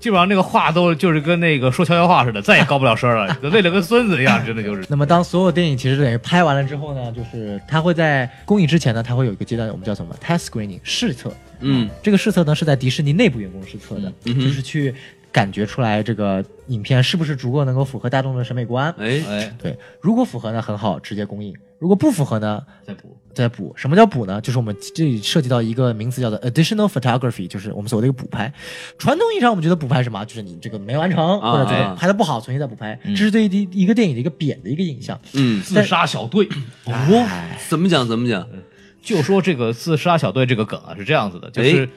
B: 基本上那个话都就是跟那个说悄悄话似的，再也高不了声了，就累得跟孙子一样，真的就是。
A: 那么，当所有电影其实等于拍完了之后呢，就是它会在公映之前呢，它会有一个阶段，我们叫什么 test screening 试测。
C: 嗯，
A: 这个试测呢是在迪士尼内部员工试测的，
C: 嗯哼
A: 就是去感觉出来这个影片是不是足够能够符合大众的审美观。
C: 哎，
B: 哎，
A: 对，如果符合呢，很好，直接公映；如果不符合呢，
B: 再补。
A: 再补。什么叫补呢？就是我们这里涉及到一个名词叫做 additional photography，就是我们所谓的一个补拍。传统意义上，我们觉得补拍是什么？就是你这个没完成，
C: 啊
A: 或者这
C: 哎
A: 个拍的不好，重新再补拍，这是对于一个电影的一个扁的一个影像。
C: 嗯，
B: 自杀小队，
A: 哎
C: 哦，怎么讲怎么讲？
B: 就说这个自杀小队这个梗啊，是这样子的，就是
C: 哎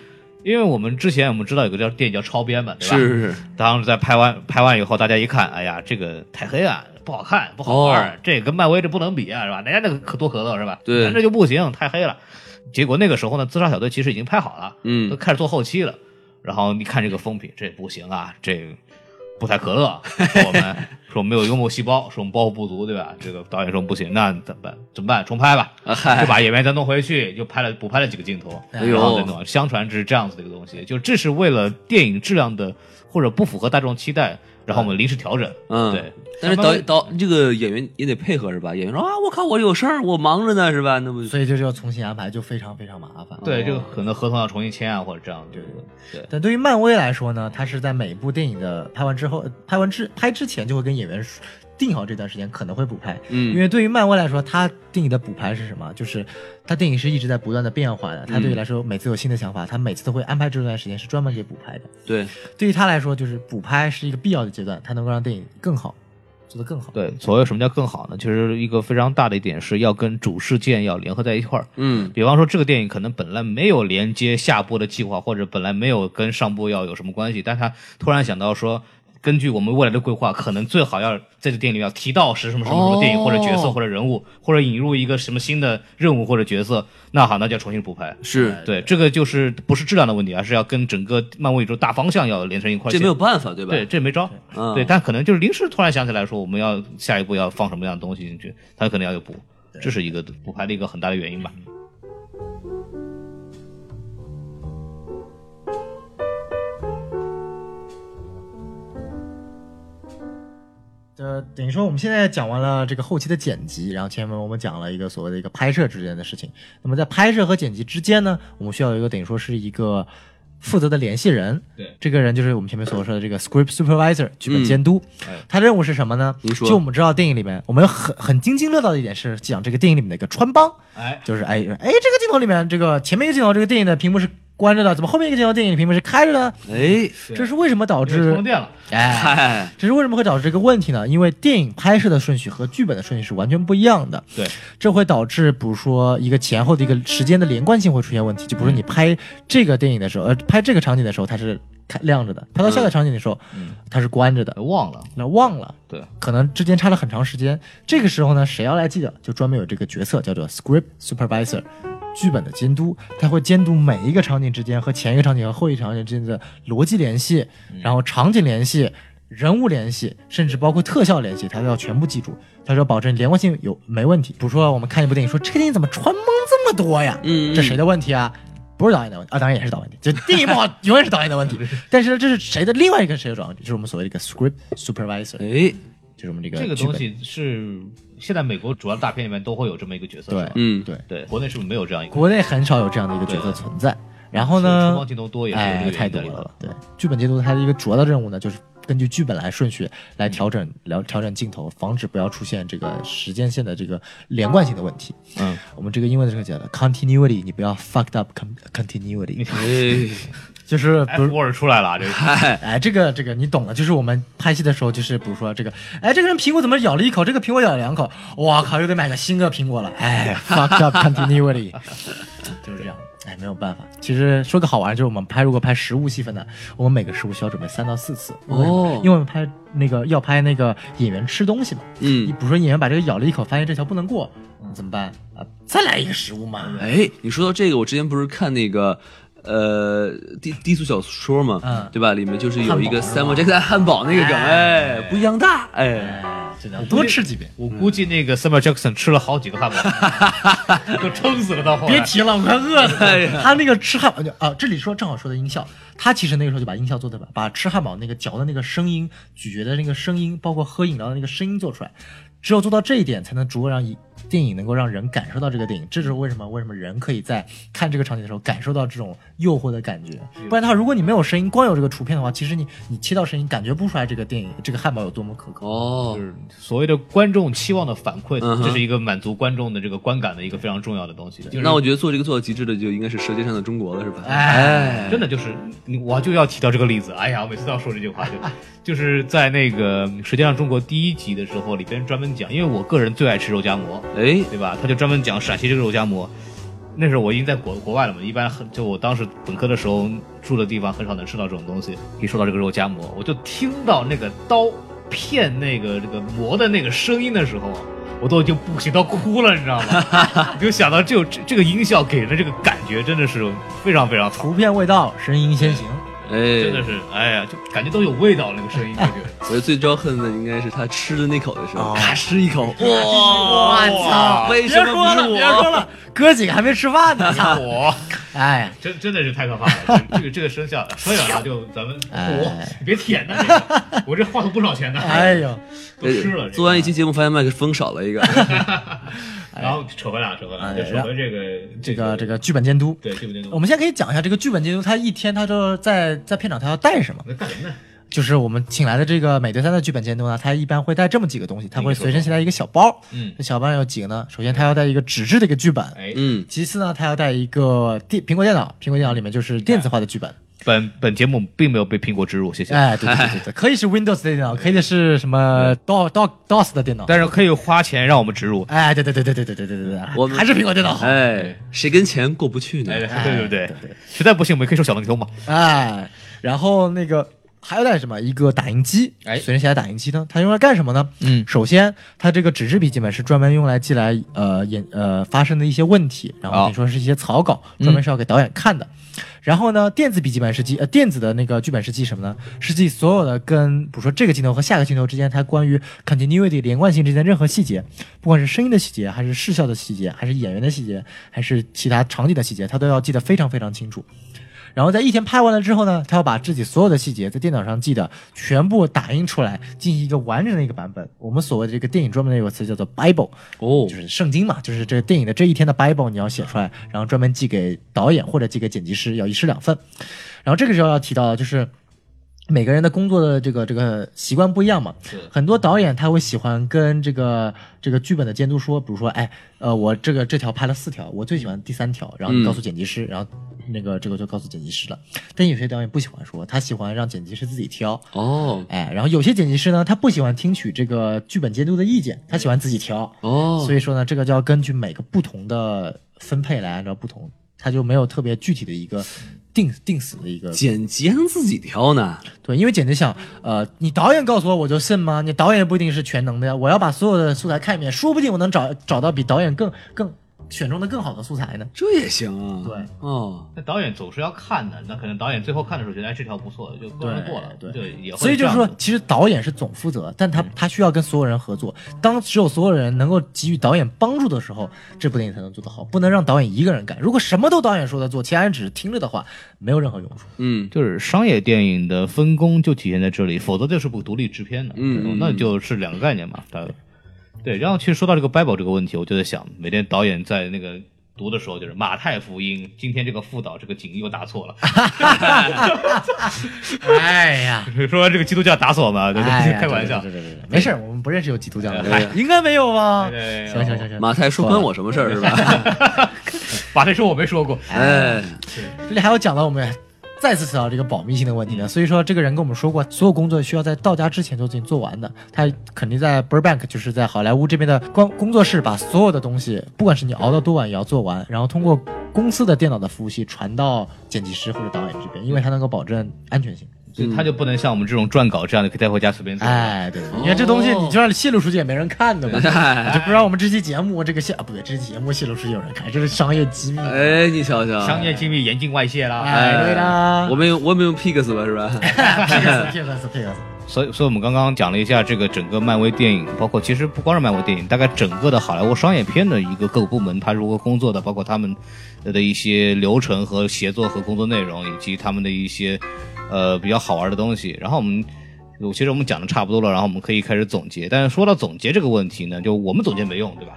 B: 因为我们之前我们知道有个叫电影叫超编嘛，对吧？
C: 是是是，
B: 当时在拍完拍完以后，大家一看，哎呀，这个太黑暗，不好看，不好玩，
C: 哦
B: 这跟漫威这不能比啊，是吧？人家那个可多可乐是吧？
C: 对
B: 咱这就不行，太黑了。结果那个时候呢，自杀小队其实已经拍好了，都
C: 嗯，
B: 开始做后期了。然后你看这个风评，这不行啊，这不太可乐。说我 们说我们没有幽默细胞，说我们包袱不足，对吧？这个导演说不行，那怎么办？怎么办？重拍吧，
C: 啊
B: 就
C: 嗨，
B: 把演员再弄回去，又拍了补拍了几个镜头，
C: 哎
B: 然后再
C: 呦，
B: 弄。啊相传是这样子的一个东西，就这是为了电影质量的或者不符合大众期待，然后我们临时调整。
C: 嗯，
B: 对，
C: 但是导导这个演员也得配合是吧？演员说啊，我靠，我有事儿，我忙着呢是吧？那不
A: 所以这就要重新安排，就非常非常麻烦。
B: 对，就可能合同要重新签啊，或者这样子。
A: 但哦对于漫威来说呢，它是在每一部电影的拍完之后，呃拍完之拍之前就会跟演员说定好这段时间可能会补拍，
C: 嗯
A: 因为对于漫威来说，它定义的补拍是什么？就是它电影是一直在不断的变化的，它
B: 嗯
A: 对于来说每次有新的想法，它每次都会安排这段时间是专门给补拍的。
C: 对，
A: 对于它来说，就是补拍是一个必要的阶段，它能够让电影更好，做得更好。
B: 对，所谓什么叫更好呢？其实一个非常大的一点是要跟主事件要联合在一块儿。
C: 嗯，
B: 比方说，这个电影可能本来没有连接下播的计划，或者本来没有跟上播要有什么关系，但他突然想到说，根据我们未来的规划，可能最好要在这个电影里要提到是什么什么什么电影、
C: 哦
B: 或者角色或者人物，或者引入一个什么新的任务或者角色，那好，那就要重新补拍。
A: 哎
C: 是，
B: 对，这个就是不是质量的问题，而是要跟整个漫威宇宙大方向要连成一块
C: 这
B: 线。
C: 没有办法对吧？
B: 对，这没招。
C: 嗯
B: 对，但可能就是临时突然想起来说，我们要下一步要放什么样的东西进去，他可能要有补，这是一个补拍的一个很大的原因吧。
A: 呃，等于说我们现在讲完了这个后期的剪辑，然后前面我们讲了一个所谓的一个拍摄之间的事情。那么在拍摄和剪辑之间呢，我们需要有一个等于说是一个负责的联系人。
B: 对，
A: 这个人就是我们前面所说的这个 script supervisor 剧本监督。
B: 哎
A: 他任务是什么呢？
C: 嗯您说
A: 就我们知道电影里面，我们很很津津乐道的一点是讲这个电影里面的一个穿帮。
B: 哎，
A: 就是哎哎，这个镜头里面，这个前面一个镜头，这个电影的屏幕是关着的，怎么后面一个镜头电影屏幕是开着的？
C: 哎，
A: 这是为什么导
B: 因为
A: 致
B: 充？电了，
A: 哎，
C: 嗨，
A: 这是为什么会导致这个问题呢？因为电影拍摄的顺序和剧本的顺序是完全不一样的。
B: 对，
A: 这会导致，比如说一个前后的一个时间的连贯性会出现问题。就比如说你拍这个电影的时候，呃，拍这个场景的时候它是开亮着的，拍到下个场景的时候、
B: 嗯
A: 它是关着的，
B: 忘了，
A: 那忘了。
B: 对，
A: 可能之间差了很长时间。这个时候呢，谁要来记得，就专门有这个角色叫做 script supervisor，剧本的监督，他会监督每一个场景之间和前一个场景和后一个场景之间的逻辑联系，然后场景联系。人物联系，甚至包括特效联系，他都要全部记住。他说保证连贯性有没问题。比如说，我们看一部电影，说这个电影怎么穿蒙这么多呀？
C: 嗯，
A: 这谁的问题啊？不是导演的问题啊，当然也是导演的，就电影不好永远是导演的问题。但是呢，这是谁的另外一个谁的问题？就是我们所谓的一个 script supervisor，
C: 哎，
A: 就是我们这个
B: 这个
A: 剧
B: 东
A: 本。
B: 西是现在美国主要大片里面都会有这么一个角色，
A: 对
B: 是吧
C: 嗯，
A: 对，
B: 对，国内是不是没有这样一个？
A: 国内很少有这样的一个角色存在。然后呢
B: 冲锋，镜头多也是有这
A: 哎，
B: 个
A: 太
B: 原因在
A: 多
B: 里头
A: 了。。对，剧本监督它的一个主要的任务呢，就是根据剧本来顺序来调整，调调整镜头，防止不要出现这个时间线的这个连贯性的问题。
B: 嗯，
A: 我们这个英文的这个叫的 continuity，你不要 fucked up con- continuity，
C: 哎，
A: 就是比
B: F
A: 如
B: word 哎出来了，啊这个
C: 嗨，
A: 哎，这个这个你懂的，就是我们拍戏的时候，就是比如说这个，哎，这个人苹果怎么咬了一口，这个苹果咬了两口，哇靠，又得买个新的苹果了， 哎，fucked up continuity，就是这样，哎，没有办法。其实说个好玩儿，就是我们拍如果拍实物戏份的，我们每个实物需要准备三到四次，因为
C: 哦
A: 因为我们拍那个要拍那个演员吃东西嘛，你
C: 嗯，
A: 比如说演员把这个咬了一口，发现这条不能过，怎么办啊？再来一个实物嘛，
C: 哎，你说到这个，我之前不是看那个。呃，低低俗小说嘛，
A: 嗯
C: 对吧？里面就是有一个
A: 汉
C: Samuel
A: 堡是
C: Jackson 汉堡那个梗，
A: 哎
C: 哎，不一样大，哎，
A: 哎，真的多吃几遍。
B: 我估计那个 Samuel Jackson 吃了好几个汉堡，都撑死了到后来。
A: 别提了，我快饿死
C: 哎
A: 了。
C: 呀
A: 他那个吃汉堡就啊，这里说正好说的音效，他其实那个时候就把音效做的把把吃汉堡那个嚼的那个声音、咀嚼的那个声音，包括喝饮料的那个声音做出来。只有做到这一点，才能足够让一电影能够让人感受到这个电影。这就是为什么为什么人可以在看这个场景的时候感受到这种诱惑的感觉。不然的话，如果你没有声音，光有这个图片的话，其实你你切到声音，感觉不出来这个电影这个汉堡有多么可口。
C: 哦
B: 就，是所谓的观众期望的反馈，
C: 嗯哼
B: 这是一个满足观众的这个观感的一个非常重要的东西。就是
C: 那我觉得做这个做到极致的就应该是《舌尖上的中国》了，是吧？
A: 哎
B: 真的就是你，我就要提到这个例子。哎呀，我每次都要说这句话，就就是在那个《舌尖上中国》第一集的时候，里边专门讲，因为我个人最爱吃肉夹馍，
C: 哎，
B: 对吧？他就专门讲陕西这个肉夹馍。那时候我已经在国国外了嘛，一般很就我当时本科的时候住的地方很少能吃到这种东西。一说到这个肉夹馍，我就听到那个刀片那个这个馍的那个声音的时候啊，我都已经不行到哭了，你知道吗？你就想到这这这个音效给人的这个感觉真的是非常非常好，
A: 图片味道，声音先行。
C: 哎，
B: 真的是哎呀，就感觉都有味道了那个声音，感觉。
C: 我觉得最招恨的应该是他吃的那口的时候，
A: 哦
C: 咔吃一口，
A: 我
C: 哇
A: 操！
C: 为什
A: 别
C: 么
A: 说
C: 不是
A: 了，别说
C: 我？
A: 了，哥几个还没吃饭呢。操！
B: 我
A: 哎呀，
B: 真真的是太可怕了，这个这个声效，说远了就咱们
A: 哎
B: 我你别舔呐，这个我这花了不少钱呢，
A: 哎呦，
B: 都吃了。这个
C: 呃哎做完一期，节目发现麦克风少了一个，
B: 然后扯回来了，扯回来了，
A: 哎
B: 就扯回这个
A: 这
B: 这
A: 个嗯这个剧本监督，
B: 对这部电影，
A: 我们现在可以讲一下这个剧本监督，他一天他就在在片场他要带什么？
B: 那干什么呢？
A: 就是我们请来的这个美队三的剧本监督呢，他一般会带这么几个东西，他会随身携带一个小包。
B: 嗯
A: 这小包有几个呢？首先他要带一个纸质的一个剧本，
B: 哎，
C: 嗯，
A: 其次呢，他要带一个电苹果电脑，苹果电脑里面就是电子化的剧本。
B: 本本节目并没有被苹果植入，谢谢。
A: 哎，对对对对，可以是 Windows 的电脑，可以是什么 DOS DOS DOS 的电脑。
B: 但是可以花钱让我们植入，
A: 哎，对对对对对对对对对对，
C: 我们
A: 还是苹果电脑好。
C: 哎，谁跟钱过不去呢
B: 哎，？
A: 哎
B: 对对对，实在不行我们可以收小灵通嘛。
A: 哎，然后那个还要带什么？一个打印机，
B: 哎
A: 随身携带打印机呢？它用来干什么呢？
B: 嗯
A: 首先，它这个纸质笔记本是专门用来记来呃演呃发生的一些问题，然后
B: 好
A: 比如说是一些草稿，
B: 哦嗯
A: 专门是要给导演看的。然后呢，电子笔记本是记呃电子的那个剧本是记什么呢？是记所有的跟比如说这个镜头和下个镜头之间，它关于 continuity 连贯性之间的任何细节，不管是声音的细节，还是视效的细节，还是演员的细节，还是其他场景的细节，它都要记得非常非常清楚。然后在一天拍完了之后呢，他要把自己所有的细节在电脑上记的全部打印出来，进行一个完整的一个版本。我们所谓的这个电影专门的有个词叫做 Bible，
C: 哦
A: 就，是圣经嘛，就是这个电影的这一天的 Bible，你要写出来，然后专门寄给导演或者寄给剪辑师，要一式两份。然后这个时候要提到的就是。每个人的工作的这个这个习惯不一样嘛，很多导演他会喜欢跟这个这个剧本的监督说，比如说，哎，呃，我这个这条拍了四条，我最喜欢第三条，然后你告诉剪辑师，然后那个这个就告诉剪辑师了。但有些导演不喜欢说，他喜欢让剪辑师自己挑。
C: 哦
A: 哎，然后有些剪辑师呢，他不喜欢听取这个剧本监督的意见，他喜欢自己调。
C: 哦，
A: 所以说呢，这个就要根据每个不同的分配来按照不同，它就没有特别具体的一个定定死的一个。
C: 剪辑还能自己挑呢，
A: 对，因为简直想，呃，你导演告诉我我就信吗？你导演也不一定是全能的呀，我要把所有的素材看一遍，说不定我能找找到比导演更更选中的更好的素材呢。
C: 这也行啊。
A: 对，
C: 哦，
B: 那导演总是要看的，那可能导演最后看的时候觉得，哎，这条不错，就过人过了，
A: 对
B: 对，也会
A: 所以就是
B: 这
A: 说
B: 样，的
A: 其实导演是总负责，但他他需要跟所有人合作。当只有所有人能够给予导演帮助的时候，这部电影才能做得好，不能让导演一个人干。如果什么都导演说的做，其他人只是听着的话，没有任何用处。
C: 嗯，
B: 就是商业电影的分工就体现在这里，否则就是部独立制片的，
C: 嗯
B: 对吧
C: 嗯
B: 那就是两个概念嘛，大概。对，然后其实说到这个 Bible 这个问题，我就在想，每天导演在那个读的时候，就是马太福音，今天这个副导这个井又打错 了，
A: 哎呀，
B: 说这个基督教打死我们啊，对
A: 哎
B: 对，
A: 呀
B: 开玩笑
A: 对，对对对对，没事儿，我们不认识有基督教
C: 哎
A: 的
C: 呀，
A: 应该没有吧？
B: 对
A: 行行行，行，
C: 马太说关我什么事儿是吧？
B: 马太说我没说过，
C: 哎，
A: 这里还有讲到我们再次提到这个保密性的问题呢，所以说这个人跟我们说过，所有工作需要在到家之前就已经做完的。他肯定在 Burbank，就是在好莱坞这边的光工作室，把所有的东西，不管是你熬到多晚也要做完，然后通过公司的电脑的服务器传到剪辑师或者导演这边，因为他能够保证安全性。
B: 所以他就不能像我们这种撰稿这样的，可以带回家随便做。
A: 哎，对，因为这东西你就算泄露出去也没人看的嘛，就不知道我们这期节目这个泄啊不对，这期节目泄露出去有人看，这是商业机密。
C: 哎，你瞧瞧，
B: 商业机密严禁外泄啦。
A: 哎，对啦，
C: 我们用我们用 Pigs 吧是哎吧？
A: PS，PS，PS。
B: 所以，所以我们刚刚讲了一下这个整个漫威电影，包括其实不光是漫威电影，大概整个的好莱坞商业片的一个各个部门，它如何工作的，包括他们的一些流程和协作和工作内容，以及他们的一些呃比较好玩的东西。然后我们，我其实我们讲的差不多了，然后我们可以开始总结。但是说到总结这个问题呢，就我们总结没用，对吧？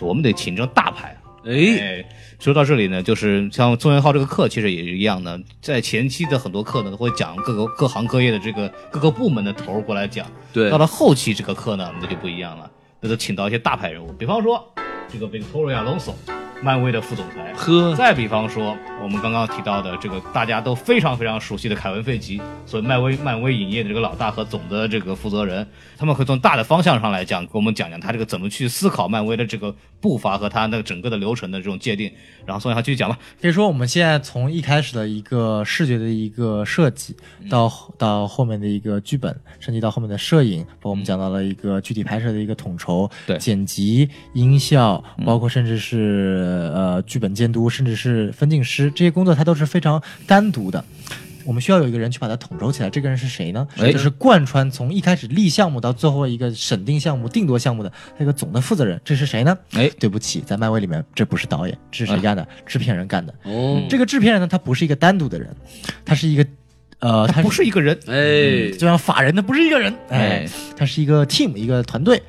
B: 我们得请张大牌。
C: 哎，
B: 哎，说到这里呢，就是像宋元浩这个课，其实也是一样的，在前期的很多课呢，都会讲各个各行各业的这个各个部门的头儿过来讲。
C: 对
B: 到，了后期这个课呢，那就不一样了，那就请到一些大牌人物，比方说这个 Victoria Alonso，漫威的副总裁。
C: 呵，
B: 再比方说，我们刚刚提到的这个大家都非常非常熟悉的凯文·费奇，所以漫威漫威影业的这个老大和总的这个负责人，他们会从大的方向上来讲，给我们讲讲他这个怎么去思考漫威的这个步伐和他那个整个的流程的这种界定。然后宋小继续讲吧，
A: 可以说，我们现在从一开始的一个视觉的一个设计，到到后面的一个剧本，升级到后面的摄影，包括我们讲到了一个具体拍摄的一个统筹，
B: 对
A: 剪辑、音效，包括甚至是呃剧本监督，甚至是分镜师这些工作，它都是非常单独的。我们需要有一个人去把它统筹起来，这个人是谁呢？
B: 哎
A: 就是贯穿从一开始立项目到最后一个审定项目、定夺项目的那个总的负责人，这是谁呢？
B: 哎，嗯
A: 对不起，在漫威里面这不是导演，这是谁干的？制片人干的。
C: 哦，
A: 嗯这个制片人呢，他不是一个单独的人，他是一个，呃，他
B: 不是一个 人，
C: 哎，
A: 嗯就像法人，他不是一个人，
B: 哎
A: 哎，他是一个 team，一个团队。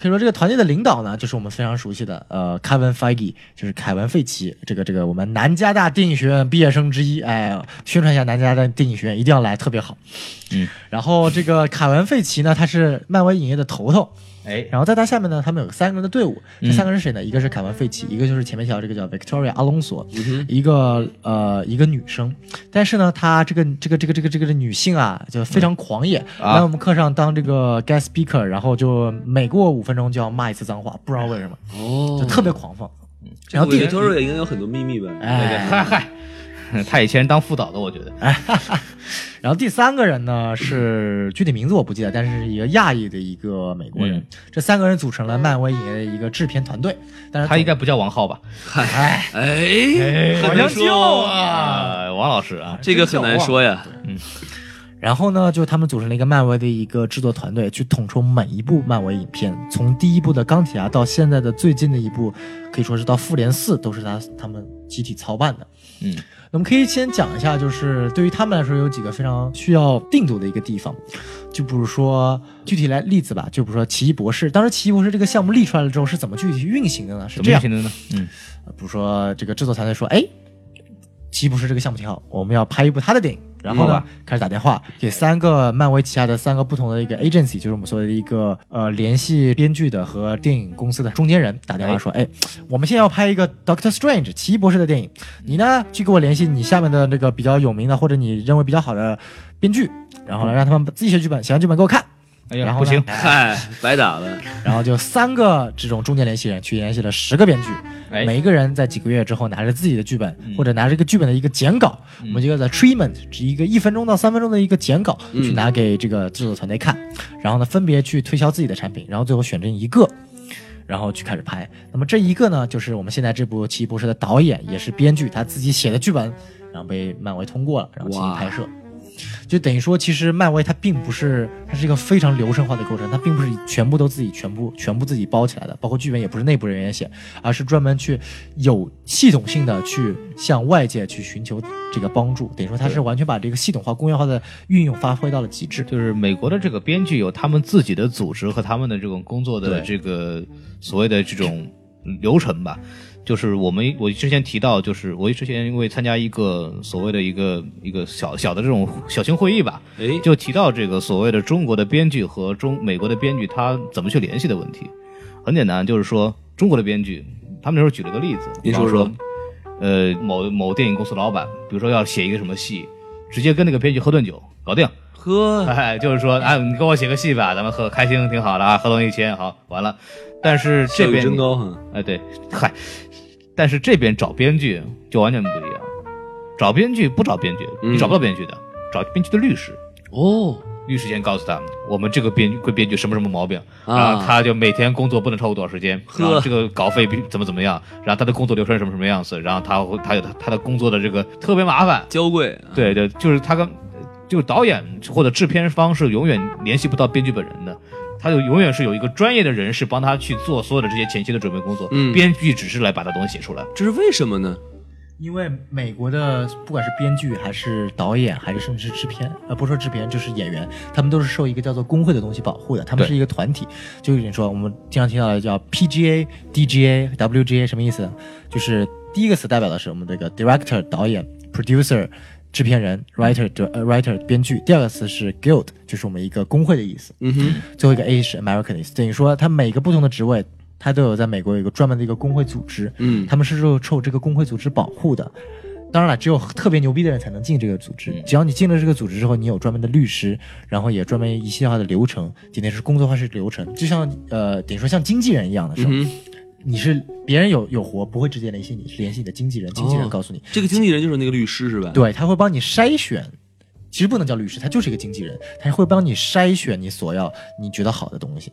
A: 可以说，这个团队的领导呢，就是我们非常熟悉的，呃，Kevin Feige，就是凯文·费奇，这个这个我们南加大电影学院毕业生之一，哎，宣传一下南加大电影学院，一定要来，特别好。
B: 嗯，
A: 然后这个凯文·费奇呢，他是漫威影业的头头，
B: 哎，
A: 然后在他下面呢，他们有三个人的队伍，这三个人是谁
B: 嗯
A: 呢？一个是凯文·费奇，一个就是前面提到这个叫 Victoria 阿隆索，一个呃一个女生。但是呢，她这个这个这个这个这个女性啊，就非常狂野，
B: 啊
A: 来我们课上当这个 guest speaker，然后就每过五分钟就要骂一次脏话，不知道为什么，
C: 哦
A: 就，特别狂放。然
C: 然
A: 后
C: 后
A: 第
C: Victoria 应该有很多秘密吧？
B: 嗯
A: 哎，
B: 嗨嗨，他以前当副导的，我觉
C: 啊
B: 得，
A: 然后第三个人呢是具体名字我不记得，但是是一个亚裔的一个美国人。
B: 嗯
A: 这三个人组成了漫威影业的一个制片团队，但是
B: 他应该不叫王浩吧？
A: 哎。
C: 哎，
A: 好
C: 很
A: 像
C: 难
A: 就
C: 说，
A: 啊，
B: 呃，王老师啊，
C: 这个很难说呀。
A: 然后呢，就他们组成了一个漫威的一个制作团队，去统筹每一部漫威影片，从第一部的钢铁侠到现在的最近的一部，可以说是到复联四，都是他他们集体操办的。
B: 嗯，
A: 我们可以先讲一下，就是对于他们来说有几个非常需要定夺的一个地方，就比如说具体来例子吧，就比如说奇异博士，当时奇异博士这个项目立出来了之后是怎么具体运行的呢？是
B: 怎么
A: 这样
B: 运，行的呢？嗯，
A: 比如说这个制作团队说，哎，奇异博士这个项目挺好，我们要拍一部他的电影，然后呢，开始打电话给三个漫威旗下的三个不同的一个 agency，就是我们所谓的一个呃联系编剧的和电影公司的中间人打电话说，哎，我们现在要拍一个 Doctor Strange 奇异博士的电影，你呢去给我联系你下面的那个比较有名的或者你认为比较好的编剧，然后呢让他们自己写剧本，写完剧本给我看，
B: 哎呀，
A: 然后
B: 不
A: 呢
B: 行，
C: 嗨，白打了，
A: 然后就三个这种中间联系人去联系了十个编剧，
B: 哎
A: 每一个人在几个月之后拿着自己的剧本，
B: 嗯
A: 或者拿着一个剧本的一个简稿，我们就叫做 treatment，是一个一分钟到三分钟的一个简稿，
C: 嗯
A: 去拿给这个制作团队看，然后呢分别去推销自己的产品，然后最后选中一个。然后去开始拍，那么这一个呢，就是我们现在这部《奇异博士》的导演，也是编剧，他自己写的剧本，然后被漫威通过了，然后进行
C: 哇
A: 拍摄。就等于说，其实漫威它并不是，它是一个非常流程化的过程，它并不是全部都自己全部全部自己包起来的，包括剧本也不是内部人员写，而是专门去有系统性的去向外界去寻求这个帮助，等于说它是完全把这个系统化、工业化的运用发挥到了极致。
B: 就是美国的这个编剧有他们自己的组织和他们的这种工作的
A: 对
B: 这个所谓的这种流程吧。就是我们我之前提到，就是我之前因为参加一个所谓的一个一个小小的这种小型会议吧，
C: 哎，
B: 就提到这个所谓的中国的编剧和中美国的编剧他怎么去联系的问题。很简单，就是说中国的编剧，他们那时候举了个例子，比
C: 您
B: 方
C: 说
B: 说
C: 说，
B: 呃，某某电影公司老板，比如说要写一个什么戏，直接跟那个编剧喝顿酒，搞定。
C: 呵，
B: 哎，就是说，哎，你给我写个戏吧，咱们喝开心挺好的啊，合同一签好，完了。但是
C: 效
B: 这
C: 率
B: 边
C: 真高嗯哈，
B: 哎，对，嗨，但是这边找编剧就完全不一样，找编剧不找编剧，
C: 嗯
B: 你找不到编剧的，找编剧的律师，
C: 哦，
B: 律师先告诉他我们这个编剧编剧什么什么毛病，
C: 啊
B: 然后他就每天工作不能超过多少时间，
C: 呵
B: 然后这个稿费比怎么怎么样，然后他的工作流程什么什么样子，然后他会他有他的工作的这个特别麻烦，
C: 娇贵，
B: 对对，就是他跟就是导演或者制片方是永远联系不到编剧本人的，他就永远是有一个专业的人士帮他去做所有的这些前期的准备工作，
C: 嗯
B: 编剧只是来把这东西写出来。
C: 这是为什么呢？
A: 因为美国的不管是编剧还是导演，还是甚至是制片，呃，不说制片，就是演员，他们都是受一个叫做工会的东西保护的，他们
B: 对
A: 是一个团体。就有点说我们经常听到的叫 PGA、DGA、WGA 什么意思？就是第一个词代表的是我们这个 director 导演、producer 制片人、writer 的呃 writer 编剧，第二个词是 guild，就是我们一个工会的意思。
C: 嗯哼，
A: 最后一个 A 是 American 的意思，等于说它每个不同的职位，它都有在美国有一个专门的一个工会组织。
C: 嗯，
A: 他们是受受这个工会组织保护的。当然了，只有特别牛逼的人才能进这个组织
B: 嗯。
A: 只要你进了这个组织之后，你有专门的律师，然后也专门一系列化的流程，今天是工作化式流程，就像呃，等于说像经纪人一样的事儿。
C: 嗯哼，
A: 你是别人有有活不会直接联系你，是联系你的经纪人，经纪人
C: 哦
A: 告诉你，
C: 这个经纪人就是那个律师是吧？，
A: 对他会帮你筛选。其实不能叫律师，他就是一个经纪人，他会帮你筛选你所要你觉得好的东西。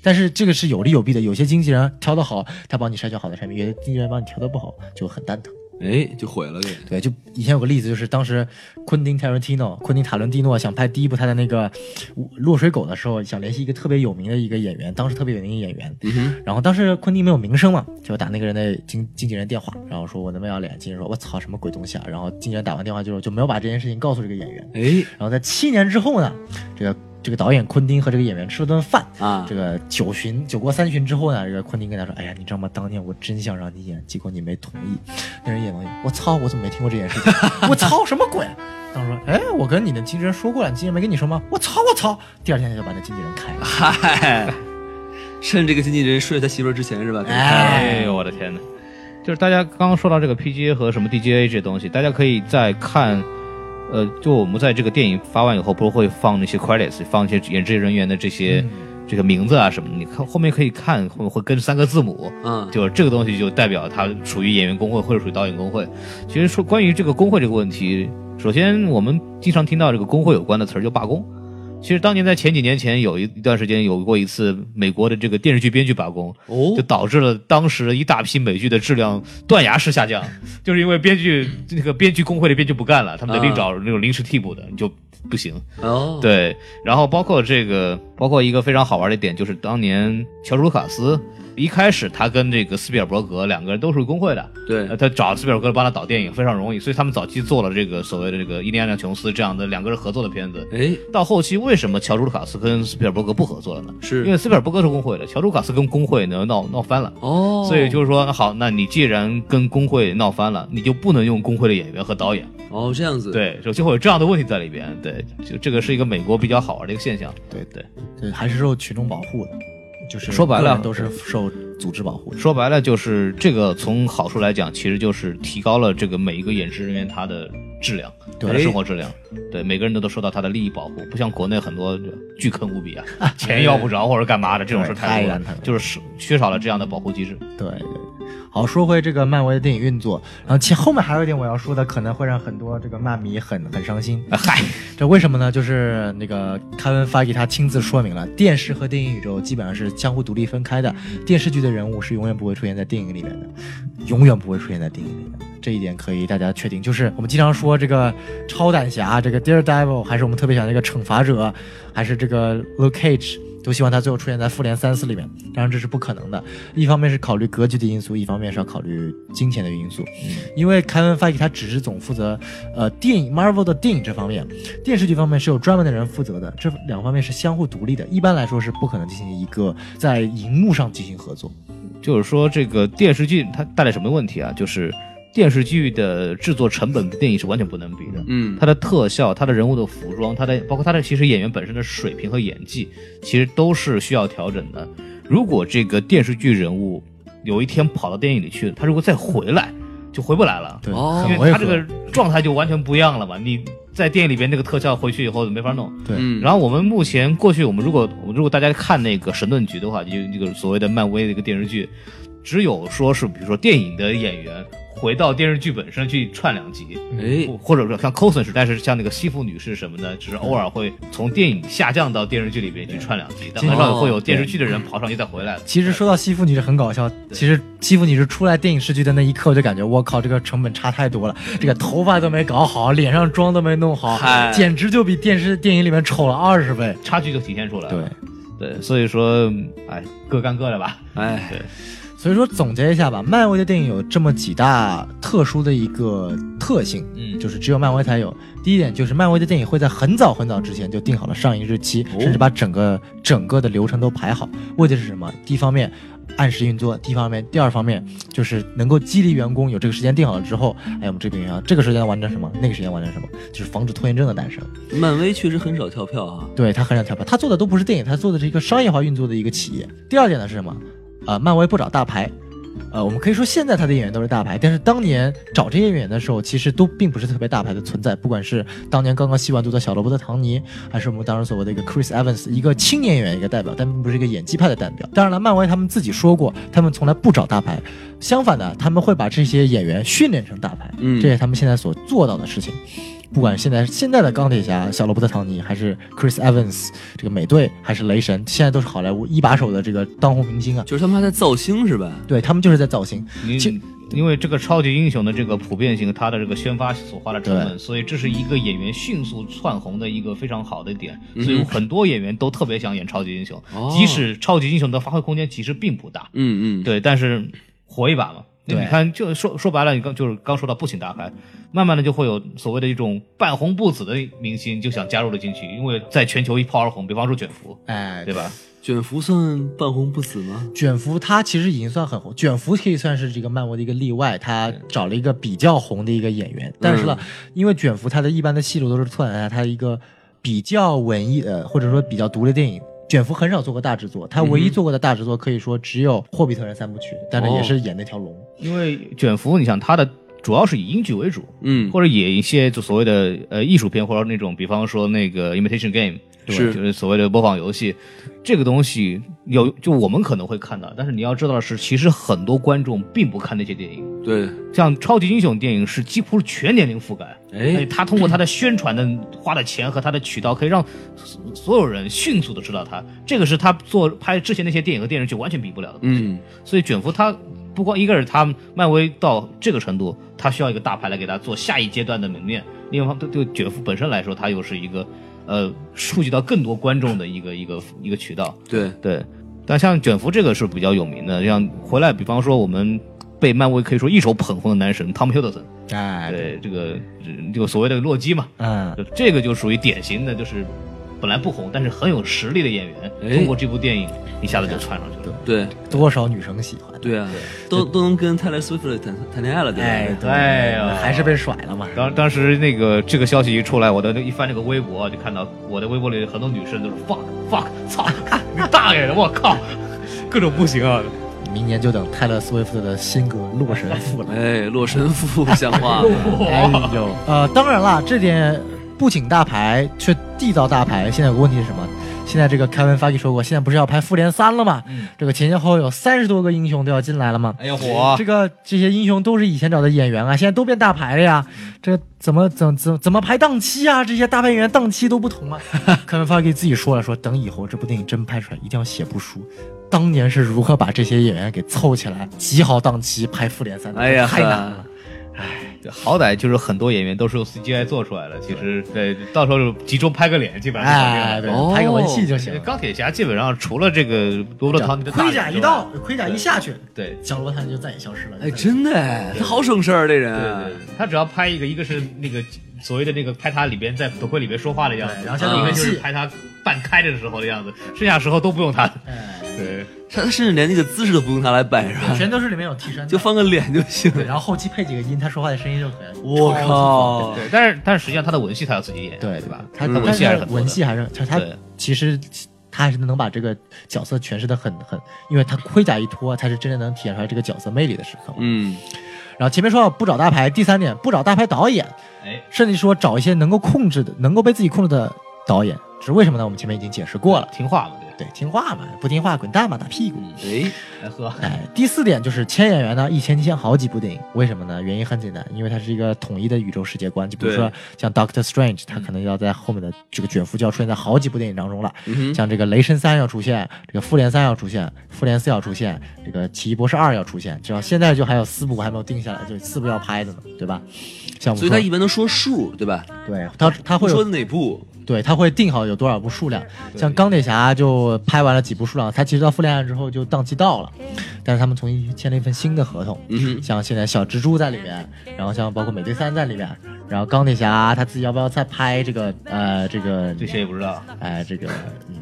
A: 但是这个是有利有弊的，有些经纪人挑得好，他帮你筛选好的产品；有些经纪人帮你挑得不好，就很蛋疼。
C: 哎，就毁了给，
A: 对，就以前有个例子，就是当时昆汀 Tarantino、昆汀塔伦蒂诺想拍第一部他的那个呃落水狗的时候，想联系一个特别有名的一个演员，当时特别有名的一个演员。
C: 嗯哼，
A: 然后当时昆汀没有名声嘛，就打那个人的经经纪人电话，然后说我能不能要脸？经纪人说我操什么鬼东西啊！然后经纪人打完电话之后就没有把这件事情告诉这个演员。
C: 哎
A: 然后在七年之后呢，这个这个导演昆汀和这个演员吃了顿饭，
C: 啊
A: 这，个酒巡酒过三巡之后呢，这个昆汀跟他说：“哎呀，你知道吗？当年我真想让你演，结果你没同意。”那人演完，我操，我怎么没听过这件 事情？我操，什么鬼？当时说：“哎，我跟你的经纪人说过了，你经纪人没跟你说吗？”我操，我操！第二天他就把那经纪人开了。
C: 嗨，趁这个经纪人睡他媳妇儿之前是吧？给他开了
B: 哎呦，我的天哪！就是大家刚刚说到这个 PGA 和什么 DGA 这些东西，大家可以在看，呃，就我们在这个电影发完以后，不是会放那些 credits，放一些演职业人员的这些、这个名字啊什么的，你看后面可以看会会跟三个字母，
C: 嗯，
B: 就是这个东西就代表它属于演员工会或者属于导演工会。其实说关于这个工会这个问题，首先我们经常听到这个工会有关的词儿就罢工。其实当年在前几年前有一一段时间有过一次美国的这个电视剧编剧罢工，
C: 哦
B: 就导致了当时一大批美剧的质量断崖式下 降，就是因为编剧那个编剧工会的编剧不干了，他们得另找那种临时替补的，你就不行。
C: 啊哦，
B: 对，然后包括这个包括一个非常好玩的点，就是当年乔治卢卡斯一开始他跟这个斯皮尔伯格两个人都是工会的，
C: 对
B: 呃，他找斯皮尔伯格帮他导电影非常容易，所以他们早期做了这个所谓的这个《印第安纳琼斯》这样的两个人合作的片子。
C: 哎，
B: 到后期为什么乔治卢卡斯跟斯皮尔伯格不合作了呢？因
C: 是
B: 为斯皮尔伯格是工会的，乔治卢卡斯跟工会呢闹闹翻了。
C: 哦，
B: 所以就是说，那好，那你既然跟工会闹翻了，你就不能用工会的演员和导演，
C: 哦这样子，，
B: 对，就就会有这样的问题在里边，对，就这个是一个美国比较好玩的一个现象，
A: 对
B: 对，
A: 对，还是受群众保护的，就是
B: 说白了
A: 个人都是受组织保护的。
B: 说白了就是这个从好处来讲，其实就是提高了这个每一个演职人员他的质量，他的
C: 对
B: 生活质量，对，每个人都能受到他的利益保护，不像国内很多巨坑无比啊，钱要不着或者干嘛的这种事
A: 对
B: 太多
A: 太多
B: 了
A: 了，
B: 就是是缺少了这样的保护机制，
A: 对对。好，说回这个漫威的电影运作，然后其后面还有一点我要说的，可能会让很多这个漫迷很很伤 心。
B: 嗨，
A: 这为什么呢？就是那个凯文·法给他亲自说明了，电视和电影宇宙基本上是相互独立分开的，电视剧的人物是永远不会出现在电影里面的，永远不会出现在电影里面的。这一点可以大家确定，就是我们经常说这个超胆侠，这个 Daredevil，还是我们特别想这个惩罚者，还是这个 Luke Cage，都希望他最后出现在复联三四里面，当然这是不可能的。一方面是考虑格局的因素，一方面是要考虑金钱的因素，因为凯文·法 e 他只是总负责呃电影 Marvel 的电影这方面，电视剧方面是有专门的人负责的，这两方面是相互独立的，一般来说是不可能进行一个在荧幕上进行合作。
B: 就是说这个电视剧它带来什么问题啊？就是电视剧的制作成本跟电影是完全不能比的。
C: 嗯，
B: 它的特效、它的人物的服装、它的包括它的其实演员本身的水平和演技，其实都是需要调整的。如果这个电视剧人物有一天跑到电影里去，他如果再回来，就回不来了，
A: 对，
C: 哦
A: 很
B: 因
A: 违
B: 为
A: 和。
B: 他这个状态就完全不一样了嘛。你在电影里边那个特效回去以后没法弄。
C: 嗯，
B: 然后我们目前过去，我们如果我们如果大家看那个《神盾局》的话，就这个所谓的漫威的一个电视剧，只有说是比如说电影的演员回到电视剧本身去串两集，
C: 哎
B: 或或者说像 Coulson 是，但是像那个西服女士什么的，只是偶尔会从电影下降到电视剧里边去串两集，但
A: 其实
B: 很少会有电视剧的人跑上去再回来。
A: 其实说到西服女是很搞笑，其实西服女是出来电影视剧的那一刻，我就感觉我靠，这个成本差太多了，这个头发都没搞好，脸上妆都没弄好
C: 嗨，
A: 简直就比电视电影里面丑了二十倍。
B: 差距就体现出来
A: 对
B: 了，，对，所以说，哎，各干各的吧。
C: 哎，
A: 所以说总结一下吧，漫威的电影有这么几大特殊的一个特性，
B: 嗯
A: 就是只有漫威才有。第一点就是漫威的电影会在很早很早之前就定好了上映日期，
B: 哦
A: 甚至把整个整个的流程都排好，为的是什么？第一方面。按时运作，第一方面，第二方面就是能够激励员工有这个时间定好了之后，哎，我们这边要这个时间完成什么，那个时间完成什么，就是防止拖延症的诞生。
C: 漫威确实很少跳票啊，
A: 对他很想跳票，他做的都不是电影，他做的是一个商业化运作的一个企业。第二点呢是什么？呃，漫威不找大牌，呃，我们可以说现在他的演员都是大牌，但是当年找这些演员的时候，其实都并不是特别大牌的存在。不管是当年刚刚吸完毒的小罗伯特·唐尼，还是我们当时所谓的一个 Chris Evans，一个青年演员一个代表，但并不是一个演技派的代表。当然了，漫威他们自己说过，他们从来不找大牌，相反的，他们会把这些演员训练成大牌，
C: 嗯
A: 这也是他们现在所做到的事情。不管现在现在的钢铁侠小罗伯特·唐尼，还是 Chris Evans 这个美队，还是雷神，现在都是好莱坞一把手的这个当红明星啊。
C: 就是他们还在造星是吧？
A: 对他们就是在造型，
B: 你
A: 其
B: 因为这个超级英雄的这个普遍性，它的这个宣发所花的成本，所以这是一个演员迅速窜红的一个非常好的点。
C: 嗯
B: 所以很多演员都特别想演超级英雄，
C: 哦
B: 即使超级英雄的发挥空间其实并不大，
C: 嗯嗯，
B: 对，但是活一把嘛。
A: 对
B: 你看，就说说白了，你刚就是刚说到不请大牌，慢慢的就会有所谓的一种半红不紫的明星就想加入了进去，因为在全球一炮而红，比方说卷福，
A: 哎，
B: 对吧？
C: 卷福算半红不死吗？
A: 卷福他其实已经算很红，卷福可以算是这个漫威的一个例外，他找了一个比较红的一个演员。但是呢，因为卷福他的一般的戏路都是特展他一个比较文艺的，或者说比较独立的电影。卷福很少做过大制作，他唯一做过的大制作可以说只有《霍比特人》三部曲，但是也是演那条龙。
B: 因为卷福，你想他的主要是以英剧为主，
C: 嗯，
B: 或者演一些就所谓的呃艺术片，或者那种比方说那个 imitation game，对吧
C: 是
B: 就是所谓的模仿游戏，这个东西有就我们可能会看到，但是你要知道的是，其实很多观众并不看那些电影。
C: 对，
B: 像超级英雄电影是几乎是全年龄覆盖，
C: 哎
B: 哎，他通过他的宣传的花的钱和他的渠道，可以让所所有人迅速的知道他，这个是他做拍之前那些电影和电视剧完全比不了的。
C: 嗯，
B: 所以卷福他不光一个是他漫威到这个程度，他需要一个大牌来给他做下一阶段的门面。另外，对对卷福本身来说，他又是一个呃触及到更多观众的一个一 个一个渠道。
C: 对，
B: 对，但像卷福这个是比较有名的，像回来，比方说我们被漫威可以说一手捧红的男神汤姆·休特森，
A: 哎，
B: 对这个这个所谓的洛基嘛，
A: 嗯，
B: 就这个就属于典型的，就是本来不红，但是很有实力的演员，
C: 哎
B: 通过这部电影一下子就窜上去了。
C: 对，
A: 多少女生喜欢？
C: 对啊，都都能跟泰勒·斯威夫特谈谈恋爱了，对吧？
A: 对哦
B: 哎呦
A: 还是被甩了嘛。
B: 当当时那个这个消息一出来，我的一翻这个微博，就看到我的微博里很多女生都是 fuck fuck 操你大爷的，我靠，各种不行啊！
A: 明年就等泰勒·斯威夫特的新歌《洛神赋》了。
C: 哎，洛神赋像话吗？
A: 哎呦，呃，当然啦，这点不请大牌，却缔造大牌。现在有个问题是什么？现在这个凯文·法基说过，现在不是要拍《复联三》了吗？
B: 嗯
A: 这个前前后后有三十多个英雄都要进来了吗？
B: 哎呀
C: 啊
B: 火
A: 这，个这些英雄都是以前找的演员啊，现在都变大牌了呀。这怎么怎怎怎么排档期啊？这些大牌演员档期都不 同啊。凯文·法基自己说了，说等以后这部电影真拍出来，一定要写部书。当年是如何把这些演员给凑起来，挤好档期拍《复联三》的？
C: 哎呀
A: 太难了。
B: 对好歹就是很多演员都是用 CGI 做出来的，其实对，到时候集中拍个脸，基本上就搞定了
A: 哎，对
C: 哦，
A: 拍个文戏就行
B: 对
A: 了。
B: 钢铁侠基本上除了这个罗伯特·唐尼的大
A: 盔甲
B: 脸
A: 一
B: 之外
A: 到，，盔甲一下去，
B: 对
A: 小罗汉就再也消失了。
C: 哎，真的哎，他好省事儿，这
B: 对
C: 人。啊
B: 对，他只要拍一个，一个是那个所谓的那个拍他里边在头盔里边说话的样子，
A: 对然后
C: 像那
B: 一
C: 个
B: 个就是
A: 戏
B: 拍他半开着的时候的样子，剩下时候都不用他。
A: 哎，
B: 对，
C: 他他甚至连那个姿势都不用他来摆，是吧？
A: 全都是里面有替身的，
C: 就放个脸就行。
A: 对，然后后期配几个音，他说话的声音就可以了。
C: 我靠！
B: 对，但是但是实际上他的文戏他要自己演，
A: 哦对
B: 对吧？
A: 他
C: 嗯
A: 他
B: 文戏还是很多的
A: 文戏还是他他
B: 对
A: 其实他还是能把这个角色诠释的很很，因为他盔甲一脱，才是真正能体现出来这个角色魅力的时刻。
C: 嗯，
A: 然后前面说到不找大牌，第三点不找大牌导演，
B: 哎，
A: 甚至说找一些能够控制的、能够被自己控制的导演，这是为什么呢？我们前面已经解释过了。
B: 听话嘛，对，
A: 对，听话嘛，不听话滚蛋嘛，打屁股。
C: 哎，
B: 来喝。
A: 哎，第四点就是签演员呢，一签签好几部电影，为什么呢？原因很简单，因为它是一个统一的宇宙世界观。就比如说
C: 对嗯
A: 像 Doctor Strange，他可能要在后面的这个卷福就要出现在好几部电影当中了。
C: 嗯哼，
A: 像这个雷神三要出现，这个复联三要出现，复联四要出现，这个奇异博士二要出现，至少现在就还有四部还没有定下来，就四部要拍的呢，对吧？像我
C: 所
A: 们
C: 以他
A: 说
C: 一般都说数，对吧？
A: 对他他会
C: 说
A: 有
C: 哪部？
A: 对他会定好有多少部数量，像钢铁侠就拍完了几部数量，他其实到复联二之后就档期到了，但是他们重新签了一份新的合同，
C: 嗯哼，
A: 像现在小蜘蛛在里面，然后像包括美队三在里面，然后钢铁侠他自己要不要再拍这个呃这个
B: 这谁也不知道，
A: 哎这个嗯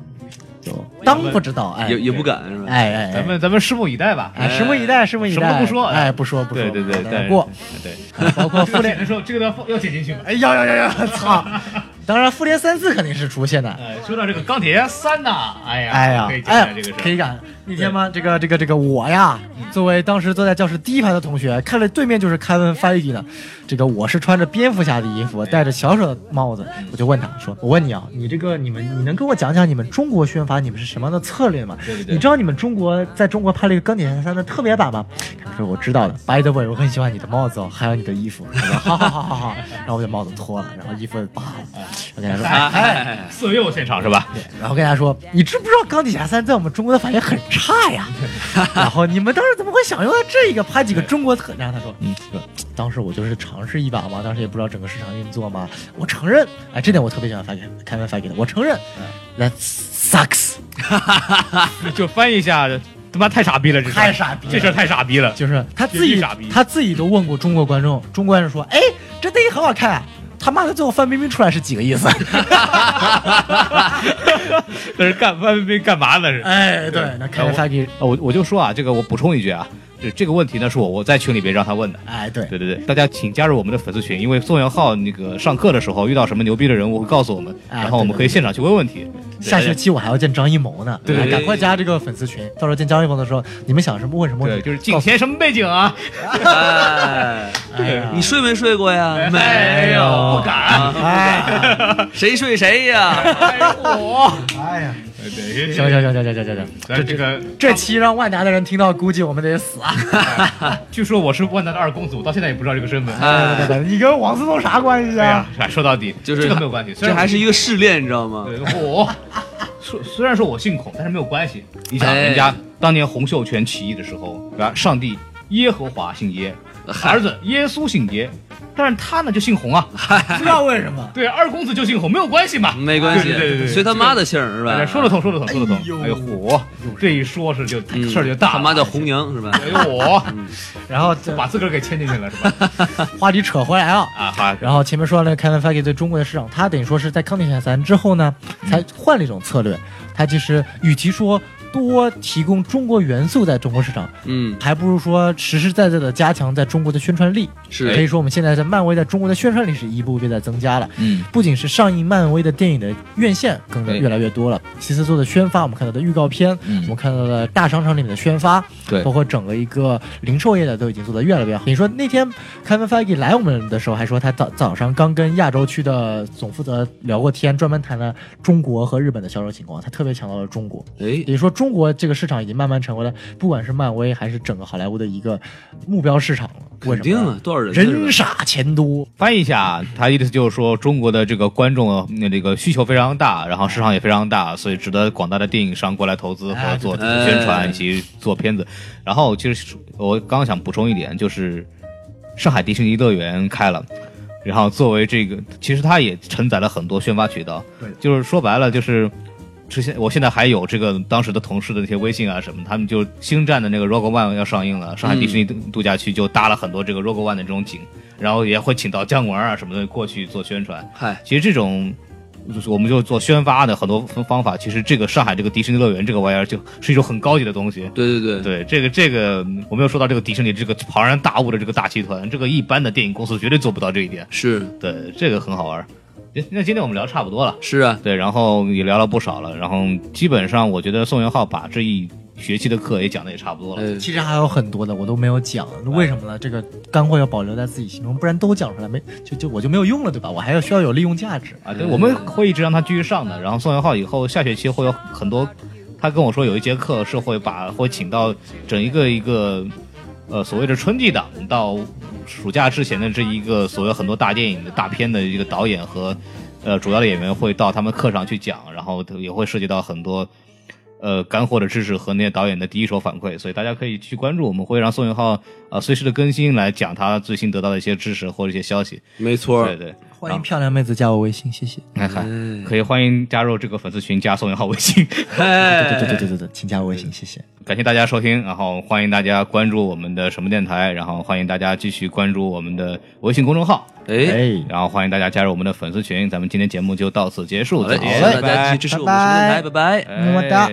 A: 就当不知道哎
C: 也也不敢是吧？
A: 哎哎
B: 咱
A: 哎
B: 们咱们拭目以待吧。
A: 哎拭目以待拭目以
B: 什
A: 待，
B: 么都不说
A: 哎不说不说，
B: 对对对
A: 不说
B: 对，
A: 过
B: 对，
A: 包括复
B: 脸
A: 联
B: 的时候，这个都要放要剪进去吗？
A: 哎呀呀呀呀操， 当然复联三四肯定是出现的，
B: 哎，说到这个钢铁侠三呐，哎呀，
A: 哎呀
B: 可以，讲
A: 哎
B: 讲
A: 呀
B: 这个事儿，
A: 可以赶那天吗？这个这个这个我呀，作为当时坐在教室第一排的同学，看着对面就是凯文·法伊呢，这个我是穿着蝙蝠侠的衣服，戴着小丑的帽子，我就问他说：“我问你啊，你这个你们你能跟我讲讲你们中国宣发你们是什么样的策略吗？
B: 对对对
A: 你知道你们中国在中国拍了一个钢铁侠三的特别版吗？”他说：“我知道的。”By the way，我很喜欢你的帽子哦，还有你的衣服。我说：“好好好好好。”然后我就帽子脱了，然后衣服扒了，我跟他 说：“哎哎。”
B: 色诱现场是吧？
A: 然后跟他说：“你知不知道钢铁侠三在我们中国的反应很差呀？”然后你们当时怎么会想用到这一个拍几个中国特？然后他说：“嗯，说当时我就是尝试一把嘛，当时也不知道整个市场运作嘛。我承认，哎，这点我特别喜欢发给开门发给的，我承认。That sucks，
B: 就翻译一下，他妈太傻逼了，这事儿
A: 太傻逼了
B: 这事儿太傻逼了。
A: 就是他自
B: 绝
A: 己
B: 对傻逼
A: 他自己都问过中国观众，中国观众说：‘哎，这电影很好看啊。’他妈的，最后范冰冰出来是几个意思？
B: 这是干范冰冰干嘛呢？是
A: 哎，对，那开门发给，
B: 啊，我我就说啊，这个我补充一句啊，这这个问题呢是我我在群里边让他问的。
A: 哎，对，
B: 对对对，大家请加入我们的粉丝群，因为宋元浩那个上课的时候遇到什么牛逼的人物会告诉我们，
A: 啊
B: 然后我们
A: 对对
B: 可以现场去问问题。对哎
A: 下学期我还要见张艺谋呢，
C: 对
A: 哎赶快加这个粉丝群，到时候见张艺谋的时候，你们想什么问什么问
B: 对，
A: 题，
B: 就是景甜什么背景啊？
C: 哎，
A: 哎呀
C: 你睡没睡过呀？
B: 哎呦，不敢。
C: 啊，
A: 哎，
C: 谁睡谁呀？
B: 哎呦我，
A: 哎呀，
B: 对对，
A: 行行行行行行行行，
B: 咱这个，
A: 这期让万达的人听到，估计我们得死 啊！
B: 据说我是万达的二公子，我到现在也不知道这个身份。
C: 哎，
A: 你跟王思聪啥关系啊
B: 哎呀？，说到底
C: 啊就是
B: 这个没有关系，虽
C: 这
B: 然
C: 还是一个试炼，你知道吗？
B: 对我。 虽虽然说我姓孔，但是没有关系。
C: 哎
B: 你想，人家当年洪秀全起义的时候，对吧？上帝耶和华姓耶，儿子耶稣姓耶，但是他呢就姓洪啊。
A: 不知道为 什么。
B: 对，二公子就姓洪，没有关系嘛。
C: 没啊关系
B: 对对对对，对
C: 随他妈的姓儿是
B: 哎
C: 吧？
B: 说得通，说得通，说得通。哎
A: 哎呦
B: 呦，火！这一说是就
C: 嗯，
B: 事儿就大了。
C: 他妈嗯叫红娘是吧？
B: 哎呦，我
A: 然后这
B: 把自个儿给牵进去了是吧？
A: 话题扯回来啊，
B: 啊，好，
A: 然后前面说了 Kevin Feige 对中国的市场，他等于说是在康定海三之后呢，才换了一种策略。他其实与其说多提供中国元素在中国市场，
C: 嗯，
A: 还不如说实实在在的加强在中国的宣传力。可
B: 哎
C: 是
A: 以说我们现在在漫威在中国的宣传力是一步步在增加了。
B: 嗯，
A: 不仅是上映漫威的电影的院线更
B: 对
A: 越来越多了，其次做的宣发，我们看到的预告片，
B: 嗯
A: 我们看到的大商场里面的宣发，
B: 对
A: 包括整个一个零售业的都已经做得越来越好。你说那天 Kevin Feige 来我们的时候，还说他早早上刚跟亚洲区的总负责聊过天，专门谈了中国和日本的销售情况，他特别强调了中国。
C: 哎
A: 也就是说，中国这个市场已经慢慢成为了，不管是漫威还是整个好莱坞的一个目标市场了。为
C: 肯
A: 什
C: 定
A: 么
C: 啊
A: 呢？，
C: 多少人呢是吧
A: 人傻钱多，
B: 翻译一下，啊他意思就是说，中国的这个观众呃那这个需求非常大，然后市场也非常大，所以值得广大的电影商过来投资
A: 哎
B: 和做
C: 对对对
B: 宣传
C: 哎
B: 以及做片子。然后其实我刚刚想补充一点，就是上海迪士尼乐园开了。然后作为这个，其实它也承载了很多宣发渠道
A: 对，
B: 就是说白了就是。之前我现在还有这个当时的同事的那些微信啊什么，他们就星战的那个 Rogue One 要上映了，上海迪士尼度假区就搭了很多这个 Rogue One 的这种景，然后也会请到姜文啊什么的过去做宣传。
C: 嗨，
B: 其实这种，就是我们就做宣发的很多方法，其实这个上海这个迪士尼乐园这个玩意儿就是一种很高级的东西。
C: 对对对，
B: 对这个这个，我们又说到这个迪士尼这个庞然大物的这个大集团，这个一般的电影公司绝对做不到这一点。
C: 是
B: 对，这个很好玩儿。那那今天我们聊差不多了，
C: 是啊，
B: 对，然后也聊了不少了，然后基本上我觉得宋元浩把这一学期的课也讲的也差不多了。
C: 哎，
A: 其实还有很多的我都没有讲，为什么呢？这个干货要保留在自己心中，不然都讲出来没就就我就没有用了，对吧？我还要需要有利用价值。
B: 啊，对，我们会一直让他继续上的。然后宋元浩以后下学期会有很多，他跟我说有一节课是会把会请到整一个一个，呃，所谓的春季档到暑假之前的这一个所谓很多大电影的大片的一个导演和呃主要的演员会到他们课上去讲，然后也会涉及到很多。呃，干货的知识和那些导演的第一手反馈，所以大家可以去关注，我们会让宋元浩呃随时的更新来讲他最新得到的一些知识或者一些消息。
C: 没错
B: 对，
C: 儿
B: 对，
A: 欢迎漂亮妹子加我微信，谢谢。
B: 哎嗨，可以欢迎加入这个粉丝群，加宋元浩微信。
C: 哎，
A: 对对对对对对，请加我微信，谢谢。
B: 感谢大家收听，然后欢迎大家关注我们的什么电台，然后欢迎大家继续关注我们的微信公众号，
C: 哎，
A: 哎，
B: 然后欢迎大家加入我们的粉丝群。咱们今天节目就到此结束，
C: 好嘞，
B: 再
C: 谢
B: 见拜
C: 谢大
B: 拜
C: 家继续支持我们的什么电台，拜拜。
B: 哎
A: 么么哒